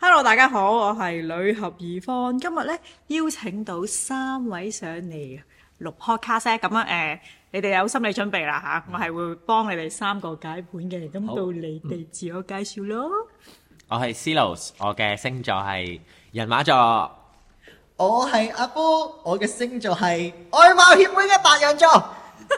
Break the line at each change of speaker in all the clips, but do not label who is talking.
Hello，大家好，我係女合二方，今日咧邀請到三位上嚟錄 podcast 咧咁樣誒、呃你哋有心理準備啦嚇、我係會幫你哋三個解盤嘅，咁
好
到你哋自我介紹咯。
我係 Silos，我嘅星座係人馬座。
我係阿波，我嘅星座係外貌協會嘅白羊座。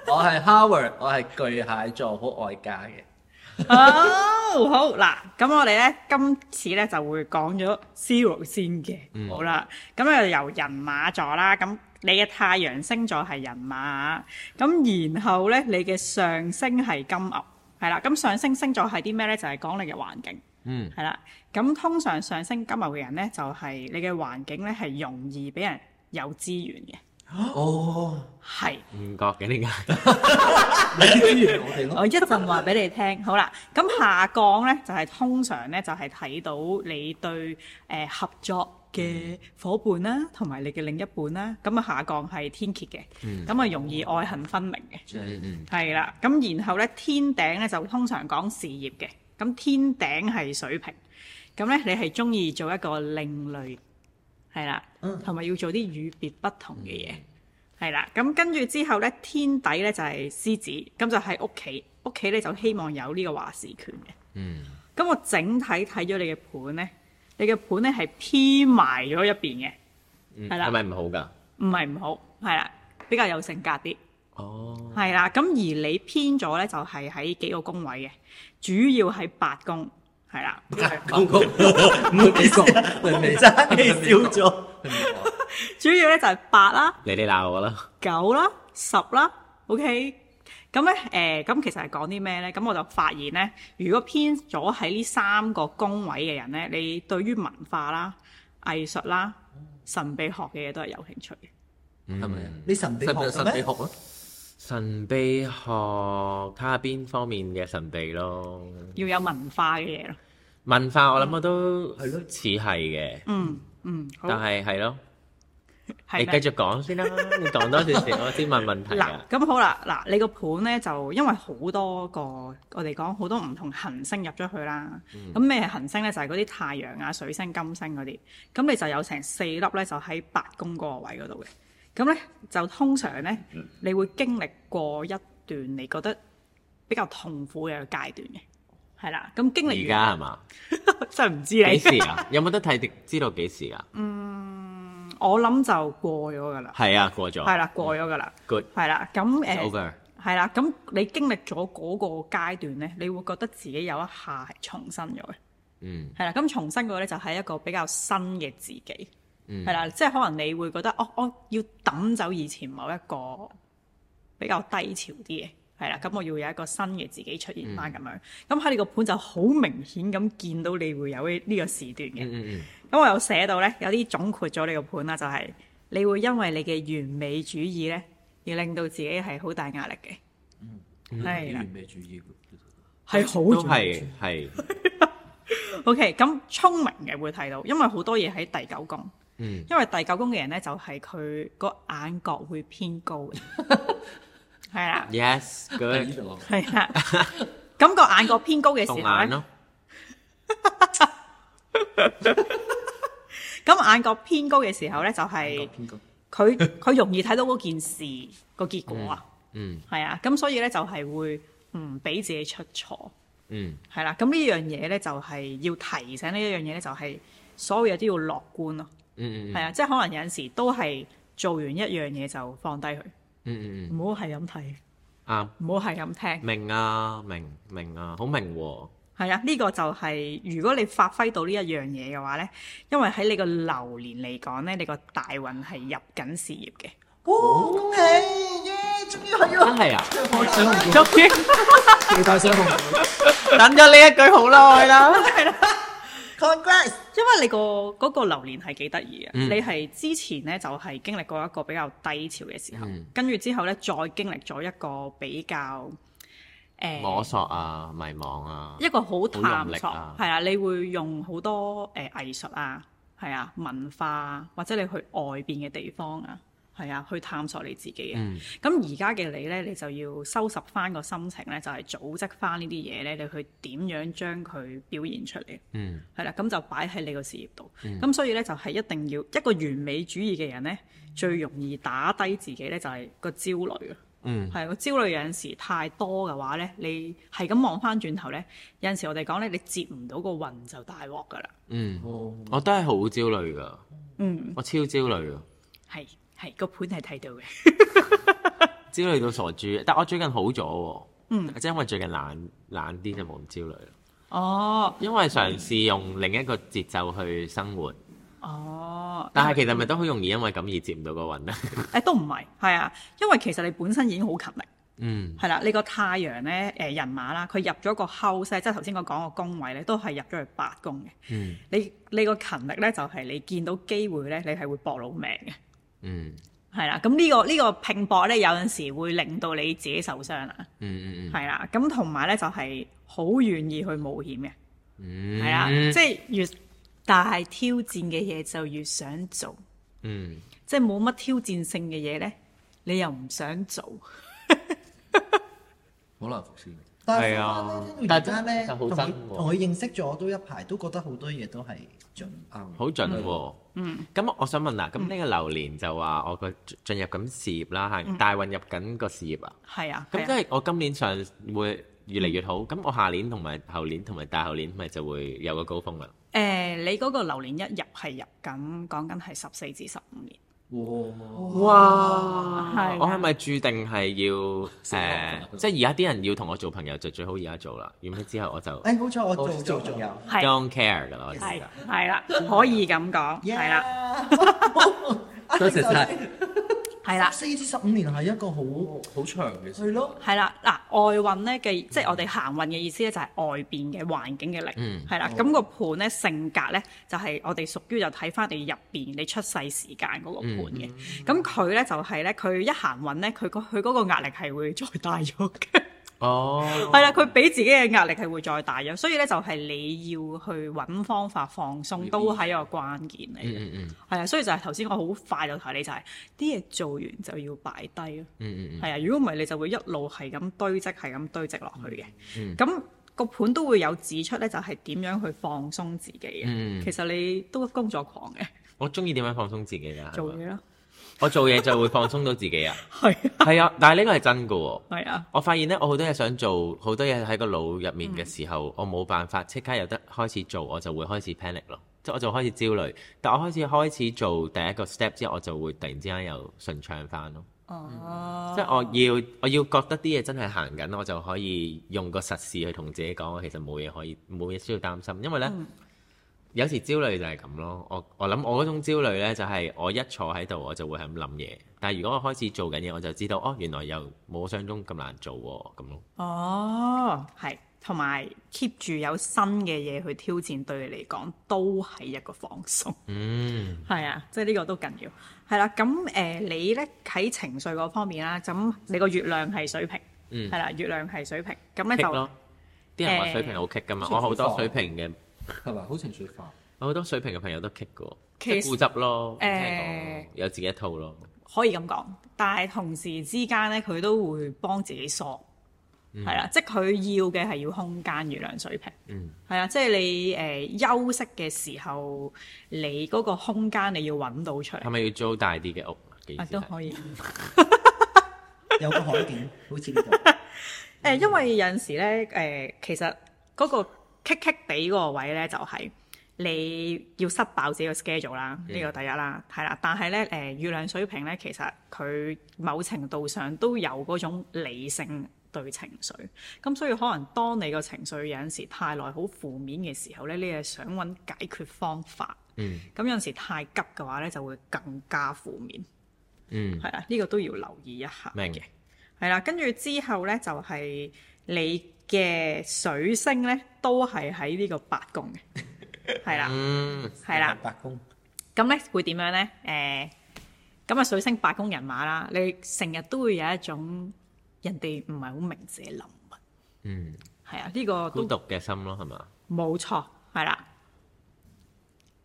我係 Howard，我係巨蟹座，好愛家嘅。
好好嗱，咁我哋咧今次咧就會講咗 zero 先嘅，好啦，咁啊由人馬座啦，咁你嘅太陽星座係人馬，咁然後咧你嘅上升係金牛，係啦，咁上升星座係啲咩咧？就係、講你嘅環境。
嗯，
係啦，咁通常上升金牛嘅人咧，就係、你嘅環境咧係容易俾人有資源嘅，
哦，
係。
唔覺嘅點解？
你支援我哋咯。
我一陣話俾你聽。好啦，咁下降咧就係、通常咧就係、睇到你對誒、呃合作嘅伙伴啦，同埋你嘅另一半啦。咁啊下降係天蝎嘅，咁啊、容易愛恨分明嘅。係啦，咁然後咧天頂咧就通常講事業嘅，咁天頂係水瓶，咁咧你係中意做一個另類，係啦，同埋要做啲與別不同嘅嘢，係啦，咁跟住之後咧天底咧就係獅子，咁就喺屋企，屋企咧就希望有呢個話事權嘅。
嗯，
咁我整體睇咗你嘅盤咧，你嘅盤咧係偏埋咗一邊嘅，
嗯
係啦
係咪唔好㗎？
唔係唔好，係啦，比較有性格啲。
哦，
係啦，咁而你偏咗咧就係喺幾個宮位嘅，主要係八宮，係啦，
廣告唔係美國，係美
真係笑咗。
主要咧就係八啦、
你哋鬧我啦。
九啦、十啦，OK。咁 à, 咧誒，咁、其實係講啲咩咧？咁我就發現咧，如果偏咗喺呢三個宮位嘅人咧，你對於文化啦、藝術啦、神秘學嘅嘢都係有興趣嘅。
係咪啊？
你神秘學
神秘
嘅
神秘學
咩？
咯，
神秘學睇下邊方面嘅神秘咯。
要有文化嘅嘢咯。
文化我諗我都
係咯
似係嘅，
嗯嗯，好
但係係咯，你
係
繼
咩
續講先啦。你講多段時我先問問題
嗱
啊，。
咁好啦，嗱，你個盤咧就因為好多個，我哋講好多唔同行星入咗去啦。
嗯
咁咩係行星咧？就係嗰啲太陽啊、水星、金星嗰啲。咁你就有成四粒咧，就喺八宮嗰個位嗰度嘅。咁咧就通常咧，
嗯
你會經歷過一段你覺得比較痛苦嘅階段嘅，係啦。咁經
而
歷完
家係嘛？
真係唔知
幾
你，
時啊？有冇得睇定知道幾時啊？
嗯我諗就過咗㗎啦，
係啊，過咗。
係啦，過咗㗎啦，
Good
係啦。咁誒。
It's over。
係啦，咁你經歷咗嗰個階段咧，你會覺得自己有一下係重生咗嘅，
嗯
係啦。咁重生嗰咧就係一個比較新嘅自己，
嗯
係啦、即係可能你會覺得，哦，我要抌走以前某一個比較低潮啲嘅，係啦。咁我要有一個新嘅自己出現
嗯
翻咁樣。咁喺你個盤就好明顯咁見到你會有呢呢個時段嘅。
嗯嗯嗯。
咁我有寫到咧，有啲總括咗你個盤啦，就係、你會因為你嘅完美主義咧，而令到自己係好大壓力嘅。係啦
完，美主義。
係好
都
重要
係係
OK，咁聰明嘅會睇到，因為好多嘢喺第九宮。
嗯，
因為第九宮嘅人咧，就係佢個眼角會偏高 嘅，係啦，
yes
係呢
good
度
係啦。咁個眼角偏高嘅時
動
候
眼
咧，
咯，
咁眼角偏高嘅時候咧，就
邊
係
個邊個？
佢 佢容易睇到嗰件事個結果啊，
嗯
係啊，咁所以咧就係會唔俾自己出錯。
嗯
係啦，咁呢樣嘢咧就係要提醒呢一樣嘢咧，就係所有嘢都要樂觀咯。
嗯嗯
係啊，即係可能有陣時都係做完一樣嘢就放低佢，
嗯嗯
唔好係咁睇，
嗯，
唔好係咁
啱
聽。
明啊明明啊，好明喎，
係啊，呢、個就係、如果你發揮到呢一樣嘢嘅話咧，因為喺你個流年嚟講咧，你個大運係入緊事業 嘅。
哦，恭喜！耶，終於係
真
咗。
係啊，
我想紅
終於
巨大想紅，
等咗呢一句好耐啦，
Congrats！
因為你個嗰個流年係幾得意嘅，啊
嗯
你係之前咧就係、經歷過一個比較低潮嘅時候
嗯，
跟住、之後咧再經歷咗一個比較誒、呃
摸索啊迷茫啊，
一個好
好
探
用力
索，
啊
係啊，你會用好多誒、呃、藝術啊，係啊文化啊或者你去外邊嘅地方啊，係啊，去探索你自己嘅。
嗯
咁而家嘅你咧，你就要收拾翻個心情咧，就係、組織翻呢啲嘢咧，你去點樣將佢表現出嚟。
嗯
係啦，咁就擺喺你個事業度。咁、所以咧就係、一定要一個完美主義嘅人咧，最容易打低自己咧就係、個焦慮啊。
嗯
係個焦慮有陣時太多嘅話咧，你係咁望翻轉頭咧，有陣時我哋講咧，你接唔到個運就大鑊㗎啦。
嗯，
哦，
我都係好焦慮㗎，
嗯，
我超焦慮㗎，
係係個盤係睇到嘅。
焦慮到傻豬。但我最近好咗喎，嗯，即係因為最近懶懶啲就冇咁焦慮啦。
哦
因為嘗試用另一個節奏去生活，
哦，
但係其實咪都好容易因為咁而接唔到個運啊。
誒、都唔係，係啊，因為其實你本身已經好勤力。
嗯
係啦，你個太陽咧，誒、人馬啦，佢入咗個 house 呢即係頭先我講個宮位咧，都係入咗去八宮嘅。
嗯
你你個勤力咧，就係、你見到機會咧，你係會搏老命嘅。
嗯
係啦，咁呢、個呢、個拼搏咧，有陣時會令到你自己受傷啦。
嗯嗯
係啦，咁同埋咧就係、好願意去冒險嘅。
嗯，
係啦，
嗯
即係越大挑戰嘅嘢就越想做，
嗯
即係冇乜挑戰性嘅嘢咧，你又唔想做。
好難服侍你。
但
係
係
啊
聽到而家咧，
但
同
係但係好真
佢
喎
同佢認識咗都一排，都覺得好多嘢都係準。
啱。
好準喎。
嗯，
咁我想問啦，咁呢個榴蓮就話我個進入緊事業啦，係大運入緊個事業啊。
係啊，嗯係
咁
啊
即係我今年上會越嚟越好，咁我下年同埋後年同埋大後年咪就會有個高峰啦。
誒、你嗰個流年一入係入緊，講緊係十四至十五年。
哇！
哇
係
我係咪注定係要
成
誒
學？㗎
即係而家啲人要同我做朋友就最好而家做啦，如果唔係之後 我就
誒，好彩我做
我
做
做
做
朋友
有，
係
don't care 㗎啦。我知
係
㗎
係啦，可以咁講，係啦
啦，啊
多謝晒
係啦
四至十五年係一個好
好長嘅時
係咯，
係啦。嗱，外運咧嘅，即係我哋行運嘅意思咧，就係外邊嘅環境嘅力
嗯，
係啦。咁個盤咧性格咧，就係我哋屬於就睇翻你入邊你出世時間嗰個
嗯
盤嘅。咁佢咧就係咧，佢一行運咧，佢個佢嗰個壓力係會再大咗嘅。
哦，
係啦，佢俾自己嘅壓力係會再大咗，所以咧就係你要去揾方法放鬆，都係一個關鍵嚟
嗯
嘅。
嗯嗯
係啊，所以就係頭先我好快就提你就係啲嘢做完就要擺低咯。
嗯嗯嗯
係啊，如果唔係你就會一路係咁堆積，係咁堆積落去嘅。
嗯
咁、個盤都會有指出咧，就係點樣去放鬆自己嘅。
嗯
其實你都工作狂嘅，
我中意點樣放鬆自己㗎？係
做
咪
嘢咯，
我做嘢就會放鬆到自己啊。
係啊，
係啊，但係呢個係真㗎喎。
係啊，
我發現咧，我好多嘢想做，好多嘢喺個腦入面嘅時候，我冇辦法即刻有得開始做，我就會開始 panic 咯，即係我就開始焦慮。但我開始開始做第一個 step 之後，我就會突然之間又順暢翻咯。
哦，
嗯即係我要我要覺得啲嘢真係行緊，我就可以用個實事去同自己講，我其實冇嘢可以冇嘢需要擔心，因為咧。
嗯
有時焦慮就係咁咯，我我諗我嗰種焦慮呢，就係我一坐喺度我就會係咁諗嘢，但係如果我開始做緊嘢，我就知道哦，原來又冇我想中咁難做喎，咁咯。
哦，係，同埋 keep 住有新嘅嘢去挑戰，對你嚟講都係一個放鬆。
嗯
係啊，即係呢個都緊要。係啦，咁誒、呃你咧喺情緒嗰方面啦，咁你個月亮係水瓶，
嗯
係啦，月亮係水瓶，咁咧
棘
就
咯，啲人話
誒
水平好棘噶嘛，
情緒
我好多
化
水平嘅，
係咪好情緒化？
我好多水平嘅朋友都棘噶，
其
即
實
係固執咯，聽
誒
講有自己一套咯，
可以咁講，但係同時之間咧，佢都會幫自己疏，係啦、即係佢要嘅係要空間月亮水平，
嗯
係啊，即係你誒、呃休息嘅時候，你嗰個空間你要揾到出
係
嚟，
咪要租大啲嘅屋？嘅意
啊
思
都
係
可以。
有個海景，好似呢度。
誒、因為有陣時咧，誒、其實嗰個棘棘地嗰個位咧，就係、你要塞爆自己個 schedule 啦，呢、個第一啦，係啦。但係咧，誒、月亮水平咧，其實佢某程度上都有嗰種理性對情緒，咁所以可能當你個情緒有陣時太耐好負面嘅時候咧，你係想揾解決方法。
嗯
咁有陣時太急嘅話咧，就會更加負面，
嗯
係啊，呢、個都要留意一下。
明嘅，
係啦，跟住之後咧就係、你嘅水星咧，都係喺呢個八宮 嘅，係啦，
嗯
係啦。
白宮
咁咧會點樣咧？誒、咁啊水星八宮人馬啦，你成日都會有一種人哋唔係好明自己諗乜，
嗯，
係啊，呢、個
孤
都
獨嘅心咯，係嘛？
冇錯，係啦。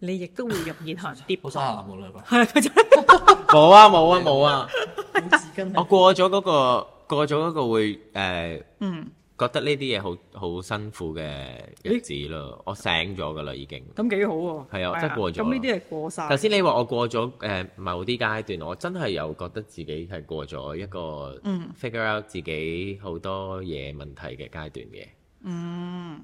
你亦都會容易同人 d
好想喊喎，兩個。
係啦，佢就
冇啊冇啊冇啊！
冇紙巾
我
啊。
過咗嗰、個過咗嗰個會誒、呃，
嗯，
覺得呢啲嘢好好辛苦嘅日子咯。我醒咗噶啦，已經。
咁幾好喎。
係啊
係
真係過咗
咁呢啲係過晒
頭。先你話我過咗誒、呃某啲階段，我真係有覺得自己係過咗一個
嗯
figure out 自己好多嘢問題嘅階段嘅，
嗯，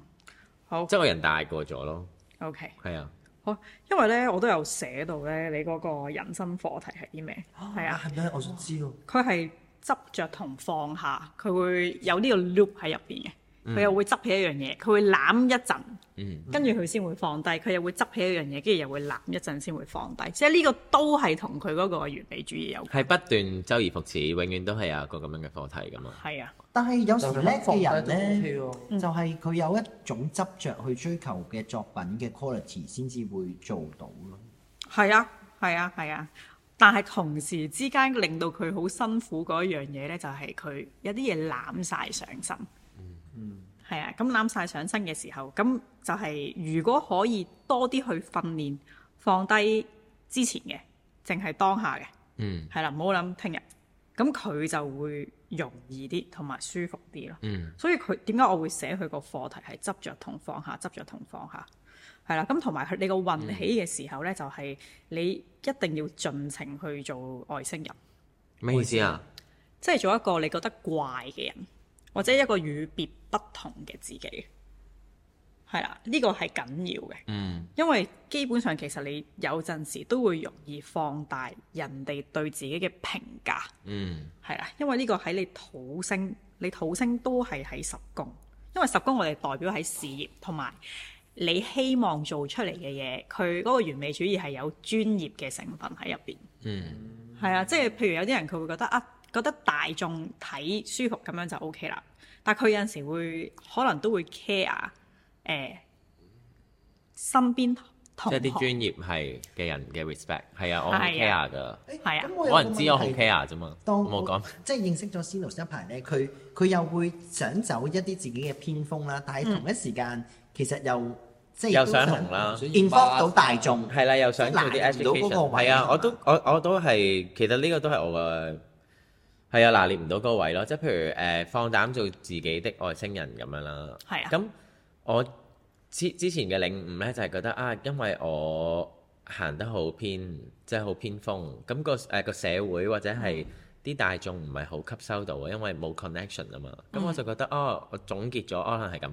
好
即係我人大過咗咯，
，OK，
係啊，
好。因為咧，我都有寫到咧，你嗰個人生課題係啲咩？係啊。
係咩？我想知喎。
佢係執着同放下，佢會有呢個 loop 喺入邊嘅。佢又會執起一樣嘢，佢會攬一陣，
嗯
跟住佢先會放低。佢又會執起一樣嘢，跟住又會攬一陣先會放低。即係呢個都係同佢嗰個完美主義有關。
係不斷周而復始，永遠都係有一個咁樣嘅課題噶嘛。
係啊，
但係有時叻嘅人咧，
咧，
就係佢有一種執着去追求嘅作品嘅 quality 先至會做到咯。
係啊，係啊，係啊。但係同時之間令到佢好辛苦嗰一樣嘢咧，就係佢有啲嘢攬晒上身。
嗯
係啊，咁攬晒上身嘅時候，咁就係如果可以多啲去訓練，放低之前嘅，淨係當下嘅，
嗯
係啦，唔好諗聽日，咁佢就會容易啲同埋舒服啲咯。
嗯
所以佢點解我會寫佢個課題係執着同放下，執着同放下，係啦。咁同埋佢你個運起嘅時候咧，就係、你一定要盡情去做外星人，
咩意思啊？
即係做一個你覺得怪嘅人，或者一個與別不同嘅自己，係啦。呢、個係緊要嘅，
嗯
因為基本上其實你有陣時都會容易放大人哋對自己嘅評價。
嗯
係啦，因為呢個喺你土星，你土星都係喺十宮，因為十宮我哋代表喺事業同埋你希望做出嚟嘅嘢，佢嗰個完美主義係有專業嘅成分喺入邊。
嗯
係啊，即係譬如有啲人佢會覺得啊，覺得大眾睇舒服咁樣就 O K 啦，但佢有陣時會可能都會 care 誒、身邊同
即係
學
啲專業係嘅人嘅 respect 係啊，我好
係
care
啊
噶，
誒
係啊
咁有個
可能知我好
問題
care 啫嘛，
當
我冇講。
即係認識咗 Sinus 一排咧，佢佢又會想走一啲自己嘅偏鋒啦，但係同一時間其實又即係
又想紅啦
想
i n
要
f o r 到大眾。
係啦，又想做
即
啲
係拿唔到嗰個
education，
位
係啊，我都
係嘛
我我都係，其實呢個都係我嘅係啊，拿捏唔到嗰個位咯。即係譬如誒、呃放膽做自己的外星人咁樣啦。
係啊
咁我之之前嘅領悟咧，就係、覺得啊，因為我行得好偏，即係好偏鋒，咁、個誒、呃、個社會或者係啲大眾唔係好吸收到啊，因為冇 connection 啊嘛。咁我就覺得哦，我總結咗，哦可能係咁。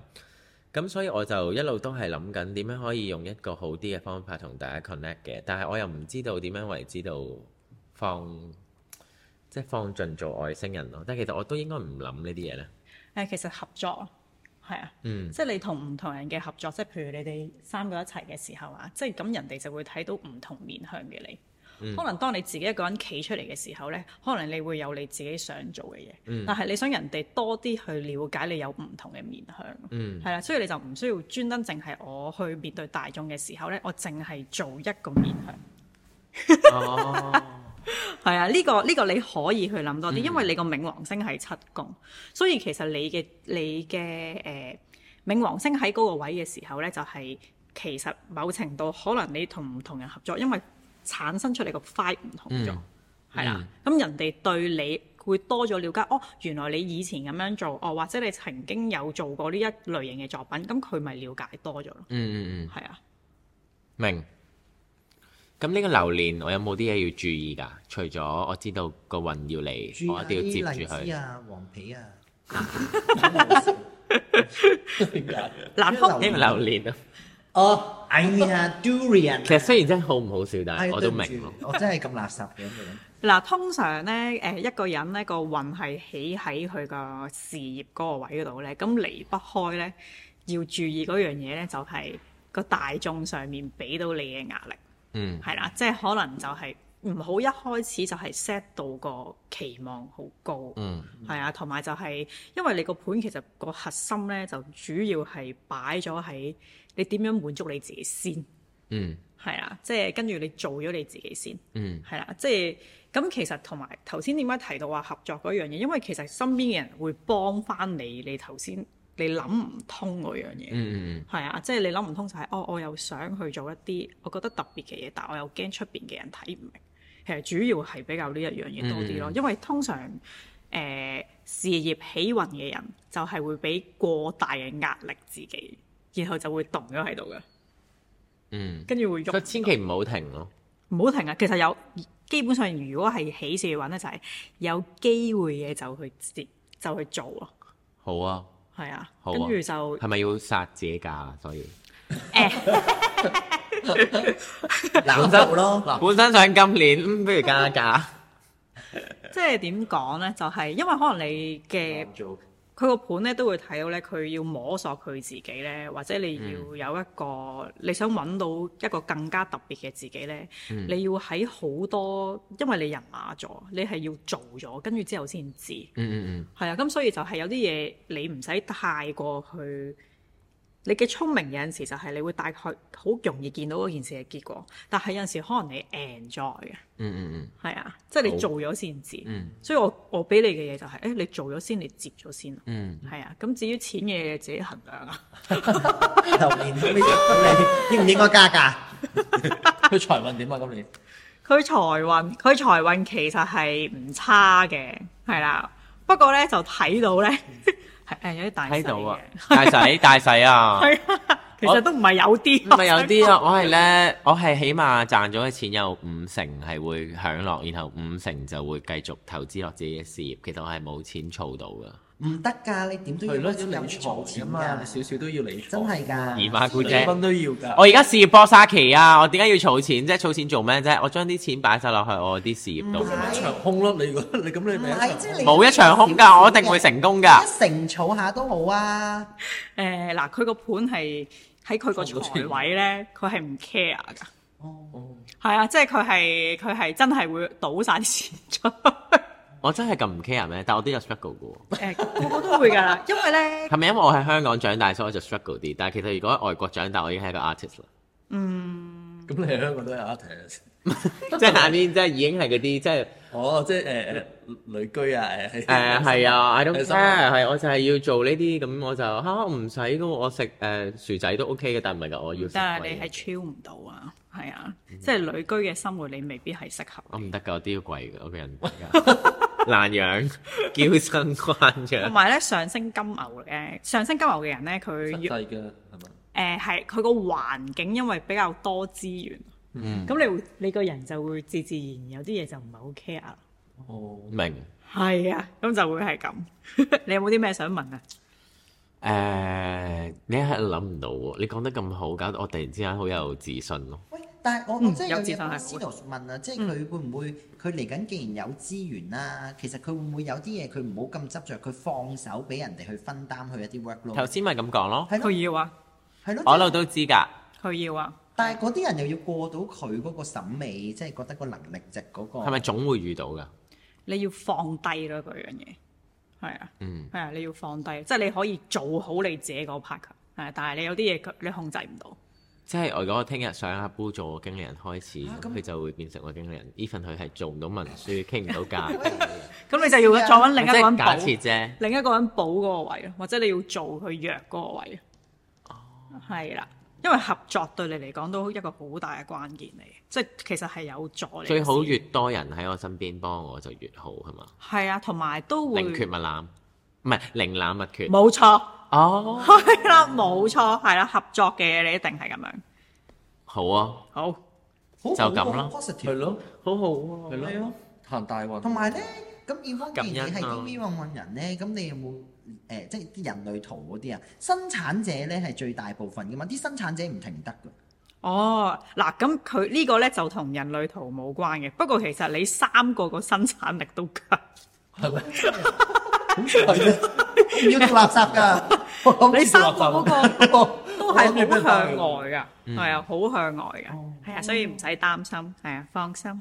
咁所以我就一路都係諗緊點樣可以用一個好啲嘅方法同大家 connect 嘅，但係我又唔知道點樣為之道放即係放盡做外星人咯。但係其實我都應該唔諗呢啲嘢咧。
誒其實合作咯，係啊。
嗯
即係你同唔同人嘅合作，即係譬如你哋三個一齊嘅時候啊，即係咁人哋就會睇到唔同面向嘅你。可能當你自己一個人企出嚟嘅時候呢，可能你會有你自己想做嘅嘢，但係你想人哋多啲去了解你有唔同嘅面向，
嗯
係啦、所以你就唔需要專登淨係我去面對大眾嘅時候呢，我淨係做一個面向。
哦， 嗯
係啊，呢、個呢、個你可以去諗多啲，因為你個冥王星係七宮，所以其實你嘅你嘅誒、呃冥王星喺嗰個位嘅時候咧，就係、其實某程度可能你同唔同人合作，因為產生出嚟個 vibe 唔同咗，
嗯
係啦、咁人哋對你會多咗了解，哦，原來你以前咁樣做，哦，或者你曾經有做過呢一類型嘅作品，咁佢咪了解多咗咯，
嗯嗯嗯，
係啊。
明。咁呢個榴蓮，我有冇啲嘢要注意㗎？除咗我知道個運要嚟，我一定要接住
荔枝
佢。
啊、黃皮 啊，
點解？
南方
因為榴蓮啊，
哦，哎呀，durian，
其實雖然真係好唔好笑，但
哎
係我
對
都
唔
明
住
咯。
我真係咁垃圾嘅一個 人
嗱，通常咧，誒、一個人咧個運係起喺佢個事業嗰個位嗰度咧，咁離不開咧要注意嗰樣嘢咧，就係、個大眾上面俾到你嘅壓力，
嗯
係啦，即係可能就係唔好一開始就係 set 到個期望好高，
嗯
係啊，同埋就係、因為你個盤其實個核心咧就主要係擺咗喺你點樣滿足你自己先，
嗯
係啦，即係跟住你做咗你自己先。
嗯
係啦，即係咁其實同埋頭先點解提到話合作嗰樣嘢，因為其實身邊嘅人會幫翻你，你頭先你諗唔通嗰樣嘢。
嗯嗯
係啊，即係你諗唔通就係、哦，我又想去做一啲我覺得特別嘅嘢，但我又驚出邊嘅人睇唔明，其實主要係比較呢一樣嘢多啲咯，
嗯
因為通常誒、呃事業起運嘅人就係會俾過大嘅壓力自己，然後就會動咗喺度嘅，
嗯，
跟住會
所
喐
以。千祈唔好停咯。
唔好停啊！其實有基本上，如果係起事嘅話咧，就係、有機會嘅就去接，就去做咯，
好啊，
係啊，
好啊
跟住就
係咪要殺自己價啊？所以
攬到咯，
嗱，
本身想今年， 嗯，不如加價。
即係點講咧？就係、因為可能你 嘅
做
佢個盤咧都會睇到咧，佢要摸索佢自己咧，或者你要有一個、你想揾到一個更加特別嘅自己咧，你要喺好多，因為你人馬座，你係要做咗，跟住之後先知。
嗯嗯
係啊，咁所以就係有啲嘢你唔使太過去，你嘅聰明有陣時就係你會大概好容易見到嗰件事嘅結果，但係有陣時可能你 enjoy 嘅，
嗯嗯
係啊，即係你
好
做咗先知。
嗯
所以我我俾你嘅嘢就係、誒、你做咗先，你接咗先咯。
嗯
係啊，咁至於錢嘅嘢自己衡量啊。
榴蓮呢啲你應唔應該加價？
佢財運點啊？今年
佢財運，佢財運其實係唔差嘅，係啦。不過咧就睇到咧，係誒有啲大
嗯，
細
睇到啊
嘅，
大使大使啊！
係啊，其實都唔係有啲，
咪有啲 啊！我係咧，我係起碼賺咗嘅錢有五成係會享樂，然後五成就會繼續投資落自己嘅事業。其實我係冇錢儲到噶。
唔得㗎，你點都要
係咯，
有
要理
儲
財
錢
噶嘛，
㗎，
你少少都要理財，
真係
二
㗎。
媽姑
幾
姐，
分都要㗎。
我而家事業搏沙期啊！我點解要儲錢啫？儲錢做咩啫？我將啲錢擺晒落去我啲事業度㗎嘛，
唔係
長空咯，你如果 你咁你咪
唔係即係你
冇一場空㗎，我一定會成功㗎。
一成儲下都好啊，
誒嗱，佢個盤係喺佢個財位咧，佢係唔 care 噶。
哦
係啊，即係佢係佢係真係會倒晒啲錢出去。
我真係咁唔 care 咩？但我都有 struggle 嘅
誒，
喎。
個個都會㗎啦，因為咧，
係咪因為我喺香港長大，所以我就 struggle 啲？但係其實如果喺外國長大，我已經係一個 artist 啦。嗯
咁你喺香港都啊有 artist。
即係下面即係已經係嗰啲即係。
哦，即係誒誒旅居啊誒
誒係啊，I don't
你
care，
心諗
係我就係要做呢啲，咁我就嚇唔使嘅喎，我食誒薯仔都 OK 嘅，但唔係㗎，我要食
嗯但係
貴
你
嘅
係超唔到啊，係啊，
嗯
即係旅居嘅生活你未必係適合。
我唔得㗎，我都要貴嘅，我個人而家難養，嬌生慣
同
養，
埋咧，上升金牛咧，上升金牛嘅人咧，佢
實
要
際㗎係嘛？
誒係佢個環境，因為比較多資源，
嗯
咁你會你個人就會自自然有啲嘢就唔係好 care 啦。
哦。
明
係啊，咁 就會係咁。你有冇啲咩想問啊？
誒？你係諗唔到喎，你講得咁好，搞到我突然之間好有自信咯。
喂，但係我
嗯
我真係
有
有
自
嘢
信係好
幫
嘅
s i n o 問啊，即係佢會唔會佢嚟緊既然有資源啦，其實佢會唔會有啲嘢佢唔好咁執着，佢放手俾人哋去分擔佢一啲 work
頭
load？
先咪咁講咯，
係
佢
咯，
要啊，
係
我一
咯，
路都知㗎，
佢要啊。
但係嗰啲人又要過到佢嗰個審美，即係覺得個能力值嗰個
係咪總會遇到㗎？
你要放低咯嗰樣嘢，係啊，
嗯，
係啊，你要放低，即係你可以做好你自己嗰 part 㗎，係啊，但係你有啲嘢佢你控制唔到，
即係我如果我聽日想阿 Boo 做我經理人開始，
啊
咁
咁
佢就會變成我經理人。even 佢係做唔到文書，傾唔到價。
咁你就要再揾另一個人
假設
補，
啫，
另一個人補嗰個位咯，或者你要做佢弱嗰個位，係啦。因為合作對你嚟講都一個好大嘅關鍵嚟，即係其實係有助你嘅事。
最好越多人喺我身邊幫我就越好，係嘛？
係啊，同埋都會
寧缺勿濫，唔係寧濫勿缺。
冇錯，
哦，
係啦，冇錯，係啦，合作嘅嘢你一定係咁樣。
好啊，
好，
好好
就咁
喎
咯
係
positive。
咯，
好好啊
係咯，行大運。
同埋咧，咁以往既然你係
感恩啊
TV 運運人咧，咁你有冇誒、即係啲人類圖嗰啲啊？生產者咧係最大部分噶嘛，啲生產者唔停得 㗎。
哦，嗱，咁佢呢個咧就同人類圖冇關嘅。不過其實你三個個生產力都強，
係 咪？
唔要掉垃圾㗎，
你三個嗰個 都係
我諗住
好
咩
向
翻去
外噶，係啊，好向外噶，係啊，所以唔使擔心，係啊，放心。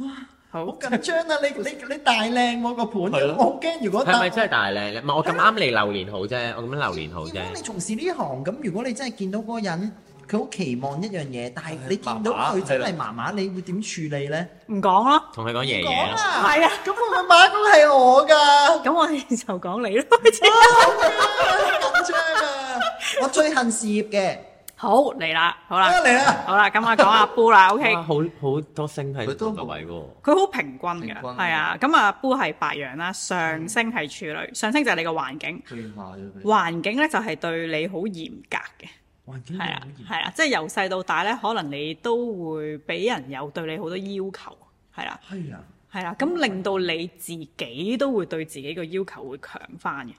好
好，緊張啊！你你你大靚喎個盤，
係咯
我好驚如果
係
搭
咪真係大靚咧？唔係我咁啱嚟榴蓮好啫，我咁樣榴蓮好
如果你
啫。
從事呢行，咁如果你真係見到嗰個人，佢好期望一樣嘢，但係你見到
麻麻
佢真
係
係
啦
麻麻，你會點處理咧？
唔講咯，
同佢講爺
講
爺，
啦，
係啊，
咁會唔會馬公係我㗎？
咁我哋就講你咯。
緊張啊！我最恨事業嘅，
好， 好嚟啦，好啦，
嚟啦！
好啦，咁啊講阿 Boo 啦，OK，
哇好好多星喺
佢都
同個位喎。
佢好平均
平
嘅，
均
係啊，咁啊 Boo 係白羊啦，上升係處女，上升就係你個環境，
最下咗佢。
環境咧就係對你好嚴格嘅。
環
嗯
境
係啊
好，嚴
係啊，即係由細到大咧，可能你都會俾人有對你好多要求，係啦，
係啊，
係啦，咁令到你自己都會對自己個要求會強翻嘅，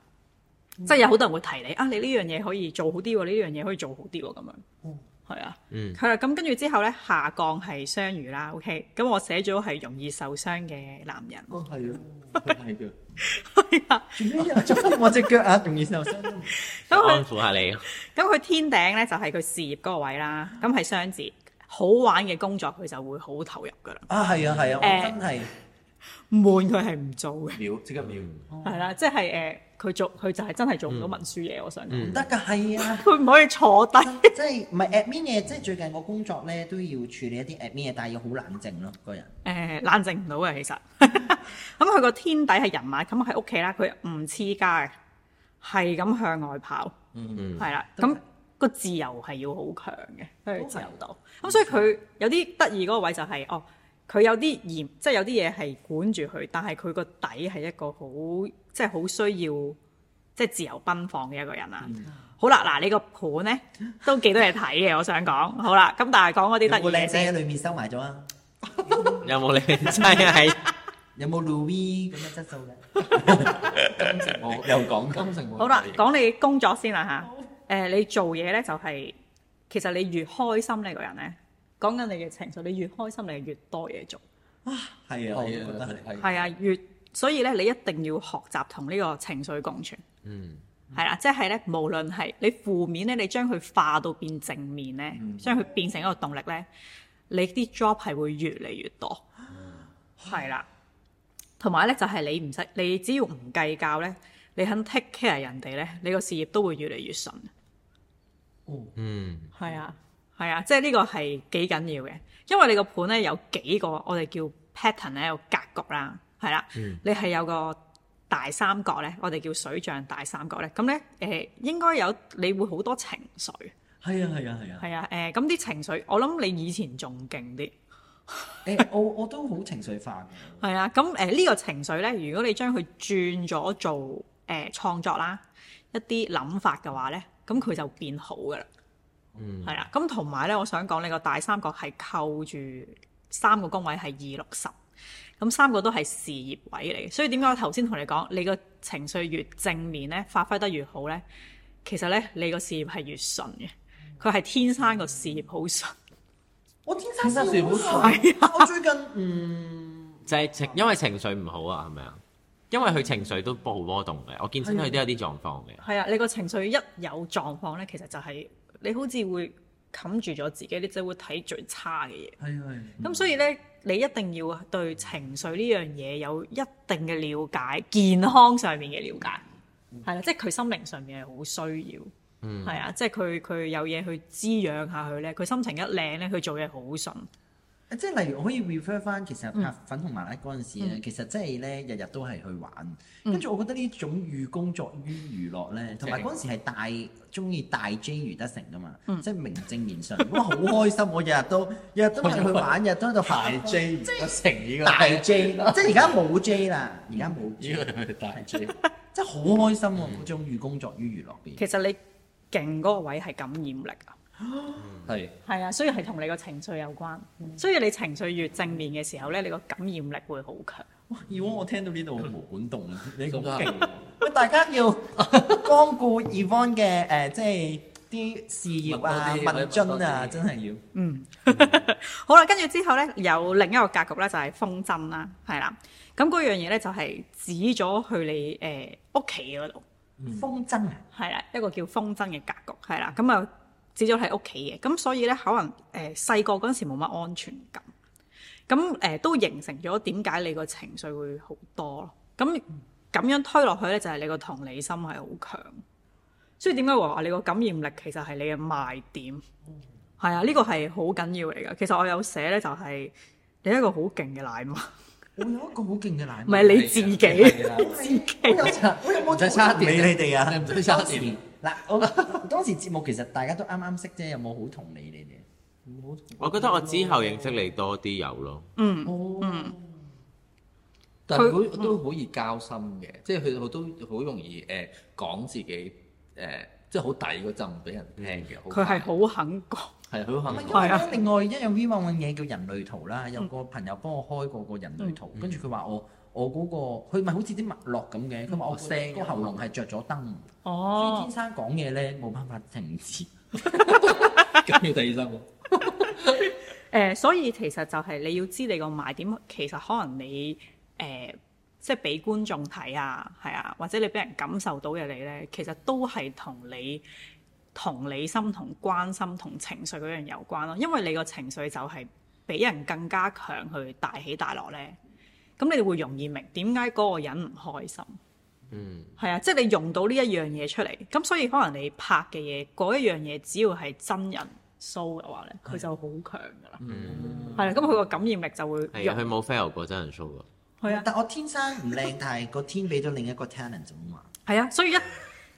即係有好多人會提你啊，你呢樣嘢可以做好啲喎，呢樣嘢可以做好啲喎，咁樣
哦，
係啊，
嗯，
係啦，咁跟住之後咧，下降係雙魚啦，OK，咁我寫咗係容易受傷嘅男人，
哦，係啊，係嘅。
係啊。
做咩又捉我只腳啊？容易受傷。
咁佢
安撫下你。
咁佢天頂咧就係佢事業嗰個位啦，咁係雙子，好玩嘅工作佢就會好投入噶啦，
啊，係啊，係啊，
誒
我真係
悶佢係唔做嘅。
秒，即刻秒。
係啦，即係誒，佢做佢就係真係做唔到文書嘢，我想講，
唔
嗯
得㗎，係啊。
佢唔可以坐低。
真即係唔係 admin 嘢，即係最近我工作咧都要處理一啲 admin 嘢，但係要好冷靜咯，個人。
誒呃冷靜唔到嘅其實， 咁佢個天底係人馬，咁喺屋企啦，佢唔黐家嘅，係咁向外跑，
嗯，
係啦，
都係
咁個自由係要好強嘅，佢自由度，咁所以佢有啲得意嗰個位就係、哦，佢有啲嚴，即係有啲嘢係管住佢，但係佢個底係一個好即係好需要即係自由奔放嘅一個人啦。好啦，嗱，你個盤咧都幾多嘢睇嘅，我想講。好啦，咁但係講嗰啲
有
得意
冇
嘢
靚仔
先
喺。裏面收埋咗啊？
有冇你真係？
有冇 Louis 咁嘅質素嘅？
金城武又講金城武。
好啦，講你工作先啦吓，誒、你做嘢咧就係、其實你越開心呢個人咧，講緊你嘅情緒，你越開心，你越多嘢做。
à,
係啊，我都覺得係。
係。
係啊，越所以咧，你一定要學習同呢個情緒共存。
嗯，
係啦，即係咧，無論係你負面咧，你將佢化到變正面咧，將佢變成一個動力咧，你啲 job 係會越嚟越多。係啦，同埋咧就係你唔使，你只要唔計較咧，你肯 take care 人哋咧，你個事業都會越嚟越順。
嗯，
係啊，係啊，即係呢個係幾緊要嘅，因為你個盤咧有幾個我哋叫 pattern 咧有格局啦，係啦，你係有個大三角咧，我哋叫水象大三角咧，咁咧誒應該有你會好多情緒，
係啊，係啊，係啊。
係啊，誒咁啲情緒，我諗你以前仲勁啲，
誒，我我都好情緒化嘅。
係啊，咁誒呢個情緒咧，如果你將佢轉咗做誒、呃、創作啦，一啲諗法嘅話咧，咁佢就變好噶啦。
嗯，
係啦，啊咁同埋咧，我想講你個大三角係扣住三個工位係二六十，咁三個都係事業位嚟嘅，所以點解我頭先同你講，你個情緒越正面咧，發揮得越好咧，其實咧你個事業係越順嘅，佢係天生個事業好順，
我天生
天生
笑
笑
好
好
順。我最近嗯，
就係情，因為情緒唔好啊，係咪啊？因為佢情緒都波好波動嘅，我見親佢都有啲狀況嘅。
係啊，你個情緒一有狀況咧，其實就係、你好似會冚住咗自己，你就會睇最差嘅嘢。
係啊，係啊。
咁所以咧，你一定要對情緒呢樣嘢有一定嘅了解，健康上面嘅了解，係啦，即係佢心靈上面係好需要，
嗯，
係啊，即係佢佢有嘢去滋養下佢咧，佢心情一靚咧，佢做嘢好順，
即係例如我可以 refer 翻，其
嗯
實拍粉紅麻辣嗰陣時咧，其實即係咧日日都係去玩，
嗯
跟住我覺得呢種寓工作於娛樂咧，同埋嗰陣時係大中意大 J 余德成噶嘛，
嗯
即係名正言順，哇好開心！我日日都日日都係去玩， 日日都喺度
大
行
J 即係成呢個
大 J，即係而家冇 J 啦，而家冇 J，
呢個係大 J。
即係好開心喎！嗰種寓工作於娛樂邊，
其實你勁嗰個位係感染力啊，
係。
係啊，所以係同你個情緒有關，所以你情緒越正面嘅時候咧，你個感染力會好強。
哇！以往我聽到呢度好感動啊，你
咁
咁
都
勁
係。
喂，大家 要光顧 Evan 嘅誒，即係啲事業啊、
問多啲
文津啊，
可以問多啲
真係要。
嗯，好啦，跟住之後咧，有另一個格局咧，就係風箏啦，係啦。咁嗰樣嘢咧，就係指咗去你誒屋企嗰度，
風箏啊，
係啦，一個叫風箏嘅格局，係啦。
嗯
咁啊，指咗喺屋企嘅，咁所以咧，可能誒細個嗰陣時冇乜安全感，咁誒、呃都形成咗點解你個情緒會好多咯。咁
嗯
咁樣推落去咧，就係你個同理心係好強，所以點解話你個感染力其實係你嘅賣點。
嗯
係啊，呢、個係好緊要嚟㗎。其實我有寫咧，就係你一個好勁嘅奶媽，
我有一個好勁嘅奶
唔係你自己，
係啊
自己
我有我有
唔
冇
使叉電，
理你哋啊？
唔使叉電，
嗱，我當時節目其實大家都啱啱識啫，有冇好同你你哋？冇好同
我覺得我之後認識你多啲有咯，
嗯，
哦，
但係佢都好易交心嘅，即係佢好都好容易誒講自己誒，即係好抵嗰陣俾人聽嘅。
佢係
好
好肯講，
快係佢
唔
肯
係
講
因
係
為
啊
咧，另外一樣 V 網嘅嘢叫人類圖啦，有個朋友幫我開過個人類圖，跟住佢話我我嗰個佢咪好似啲脈絡咁嘅，佢話我
個聲
個喉嚨係着咗燈，所以
哦
天，生講嘢咧冇辦法停止。
咁要睇醫生
誒、
喎。
呃所以其實就係你要知你個賣點，其實可能你誒、呃即係俾觀眾睇啊，係啊，或者你俾人感受到嘅你咧，其實都係同你同理心、同關心、同情緒嗰樣有關咯。因為你個情緒就係比人更加強去大起大落咧，咁你會容易明點解嗰個人唔開心。
嗯，
係啊，即係你用到呢一樣嘢出嚟，咁所以可能你拍嘅嘢嗰一樣嘢，只要係真人 show 嘅話咧，佢就好強噶啦。係啦，咁佢個感染力就會
嗯係啊，佢
弱。
冇 fail 過真人 show 㗎。
係啊，
但我天生唔靚，但係個天俾咗另一個 talent 咁嘛。
係啊，所以一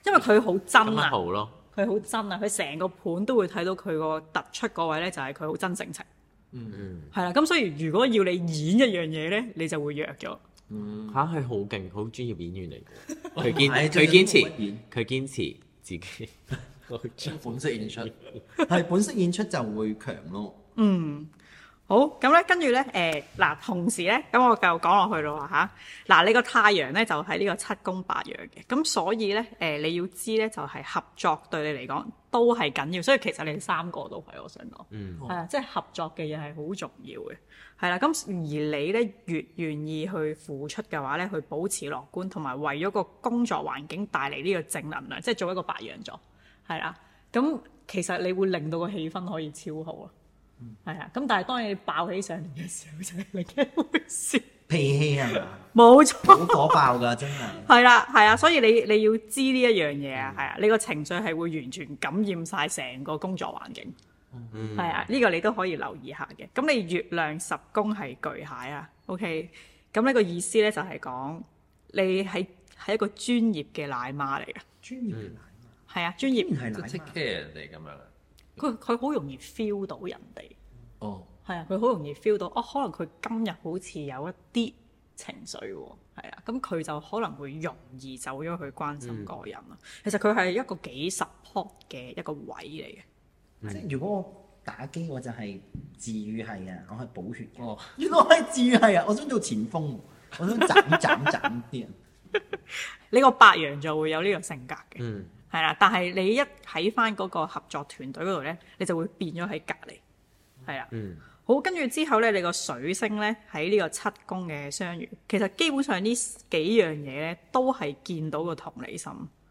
因為佢好
咁
真
咪
啊，
好咯，
佢好真啊，佢成個盤都會睇到佢個突出嗰位咧，就係佢好真性情。
嗯，
係啦，咁所以如果要你演一樣嘢咧，你就會弱咗。
嚇佢好勁，好專業演員嚟嘅，佢堅
係
佢堅持佢堅
真係冇乜演，
持自己，
本色演出，
係本色演出就會強咯。
嗯，好，咁咧，跟住咧，誒、嗱，同時咧，咁我繼續講落去咯吓，嗱、你個太陽咧就喺呢個七宮八陽嘅，咁所以咧，誒、你要知咧就係、合作對你嚟講都係緊要，所以其實你哋三個都係，我想講，
嗯，
係啊，即係合作嘅嘢係好重要嘅，係啦，咁而你咧越願意去付出嘅話咧，去保持樂觀，同埋為咗個工作環境帶嚟呢個正能量，即係做一個白羊座，係啦，咁其實你會令到個氣氛可以超好啊。係啊，咁但係當你爆起上嚟嘅時候就係另一回事。
脾氣係嘛，
冇
好
錯，
火爆㗎，真係。
係啦，係啊，所以你你要知呢一樣嘢啊，係啊，你個情緒係會完全感染晒成個工作環境，
嗯
係啊，呢個你都可以留意下嘅。咁你月亮十宮係巨蟹啊，OK，咁呢個意思咧就係講你係係一個專業嘅奶媽嚟嘅，
專業
嗯
嘅奶媽，
係啊，專業
竟然係
即
奶
係 take
媽。
care 人哋咁樣。
佢佢好容易 feel 到人哋。
哦，
係啊，佢好容易 feel 到，哦，可能佢今日好似有一啲情緒喎，係啊，咁佢就可能會容易走咗去關心嗰個人咯。其實佢係一個幾 support 嘅一個位嚟嘅，
即係如果我打機，我就係治愈系啊，我係補血嘅。
哦
原來我係治愈系啊，我想做前鋒喎，我想斬斬斬啲啊人。
你個白羊就會有呢個性格嘅，
嗯
係啦。但係你一喺翻嗰個合作團隊嗰度咧，你就會變咗喺隔離，係啦。
嗯
好，跟住之後咧，你個水星咧喺呢個七宮嘅雙魚，其實基本上呢幾樣嘢咧都係見到個同理心。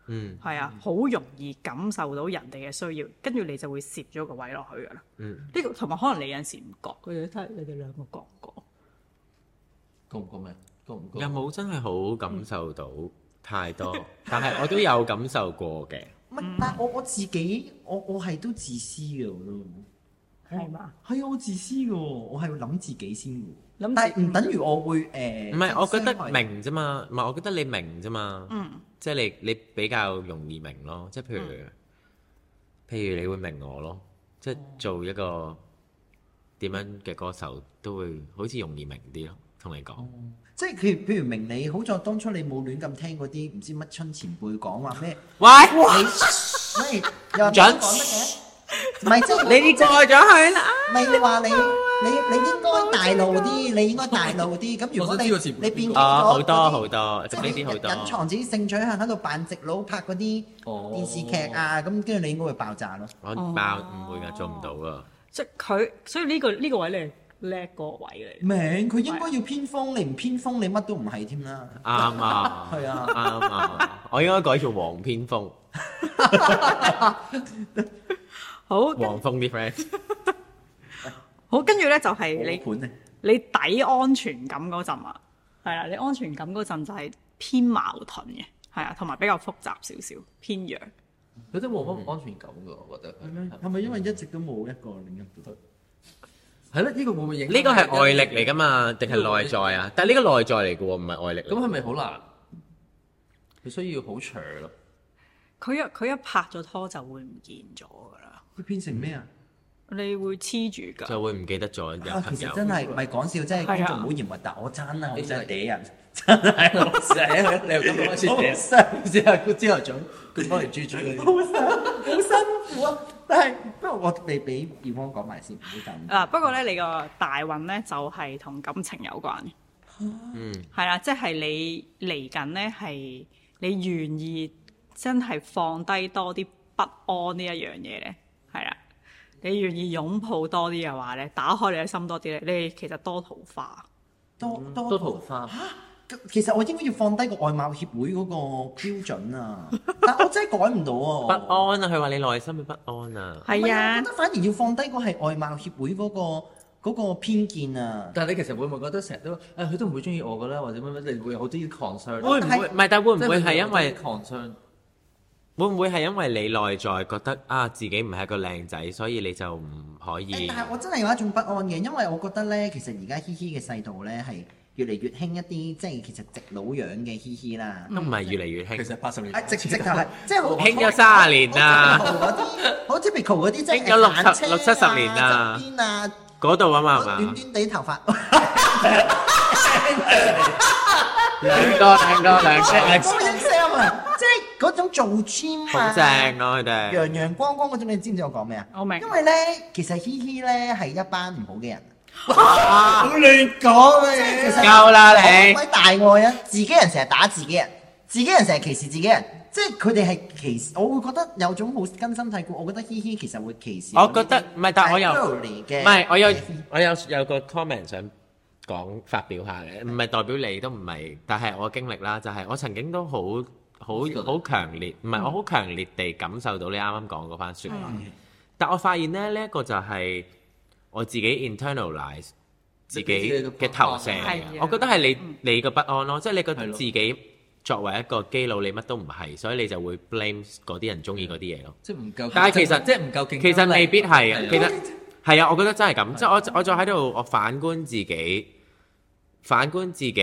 嗯
係啊，好容易感受到人哋嘅需要，跟住你就會攝咗個位落去噶啦。
嗯，
呢個同埋可能你有陣時唔覺，佢哋睇你哋兩個覺唔覺？
高唔高咩？高唔高？
有冇真係好感受到太多？但係我都有感受過嘅，
唔係，但係我我自己，我我係都自私嘅，我都
係
嗯
嘛？
係啊，我自私嘅喎，我係會諗自己先嘅喎。
諗
但
自
係唔等於我會誒。
唔係我覺
傷
得
害
明啫嘛，唔係我覺得你明啫嘛，
嗯
即係你你比較容易明咯，即係譬如譬如你會明我咯，即係做一個點樣嘅歌手都會好似容易明啲咯，同你講。
即係譬如譬如明你，好在當初你冇亂咁聽嗰啲唔知乜春前輩講話咩，
喂，
你又話唔準講乜嘅，唔係即係
你過咗去啦。
唔係你話你你你應該大路啲，你應該大路 啲。咁如果
我
你
想知個節目
你變咗
啊，好多
嗰啲
好多，
即
咁呢啲
係
好
隱
多。
藏自己性取向喺度扮直佬拍嗰啲
哦
電視劇啊，咁跟住你應該會爆炸咯。
我爆唔會㗎，做唔到㗎。
即係佢，所以呢、個呢、個位你係叻個位嚟。
明佢應該要偏鋒，你唔偏鋒，你乜都唔係添啦。
啱啊，
係啊
啱啊，我應該改做黃偏鋒，
好，跟
黃蜂啲 friend。
好，跟住咧就係你
盤啊咧，
你抵安全感嗰陣啊，係啦，你安全感嗰陣就係偏矛盾嘅，係啊，同埋比較複雜少少，偏弱。
佢都冇
嗯
乜安全感㗎，我覺得
係咪係咪因為一直都冇一個另一半？
係咯，呢個會唔會影？
呢個係外力嚟㗎嘛，定係內在啊？但係呢個內在嚟㗎喎，唔係外力嚟。
咁係咪好難？佢需要好長咯，
佢一佢一拍咗拖就會唔見咗噶啦，
佢變成咩啊？
你會黐住㗎。
就會唔記得咗有
啊，
朋
其實
友。
真係唔係講笑，真係
係
觀
啊
眾唔好嫌核突，我真係好想嗲啊人，
你又咁開始
好
嗲，
想
之後佢朝頭早佢幫你豬 嘴嗰啲，
好辛好辛苦啊！但係不過我哋俾 e v 講埋先，唔好咁。
啊，不過咧，你個大運咧就係、同感情有關嘅，
嗯，
係啦，即係你嚟緊咧係你願意真係放低多啲不安呢一樣嘢咧，係啦，你願意擁抱多啲嘅話咧，打開你嘅心多啲咧，你其實多桃花。
多
多
多
桃花。
其實我應該要放低個外貌協會嗰個標準啊，但我真係改唔到
不
啊！
安啊！佢話你內心嘅不安啊。
係
我
啊
覺，得反而要放低嗰係外貌協會嗰、個嗰、個偏見啊。
但係你其實會唔會覺得成日都誒佢都唔會中意我㗎啦，或者乜乜，你會有好多啲 concern。
會唔會？唔係，但會唔會係因為
concern？
會唔會係因為你內在覺得啊自己唔係一個靚仔，所以你就唔可
誒
以
但係我真係有一種不安嘅，因為我覺得咧，其實而家嘻嘻嘅世道咧係越嚟越興一啲，即係其實直佬樣嘅嘻嘻啦。
都唔係越嚟越
其
興，
實八十年
哎
啊，直直 就係即係好
嗯興咗卅年啊啦，
好 typical 嗰啲，好 typical 嗰啲即係
興咗六十
行車啊
六七十年啦
側邊啊，
嗰度啊嘛係
短
嘛，
短地頭髮。
兩個兩個兩 個，
嗰種 Sam 啊，即係嗰種做 gym
好
啊，
正啊佢哋，
陽陽光光嗰種，你知唔知我講咩啊？
我明
因為咧，其實嘻嘻咧係一班唔好嘅人，
啊
亂講嘅嘢
夠啦你
鬼大愛啊！自己人成日打自己人，自己人成日歧視自己人，即係佢哋係歧視。我會覺得有種好根深蒂固，我覺得嘻嘻其實會歧視
我
嗰
覺
啲。
得唔係，但我又
唔
唔係我有我有有個 comment 想講發表下嘅，唔係代表你都唔係，但係我經歷啦，就係我曾經都好好好強烈，唔係我好強烈地感受到你啱啱講嗰番説話。但我發現咧，呢、一個就係我自己 internalize 自己嘅投射嚟
係
嘅
啊
我覺得係你、你嘅不安咯，即係你覺
係
得
咯
自己作為一個基佬，你乜都唔係，所以你就會 blame 嗰啲人中意嗰啲嘢咯。
即係唔夠，
但係其實
即係唔夠勁。
其實未必係啊，
係啊
其實係啊，我覺得真係咁，即係我我就喺度我反觀自己，反觀自己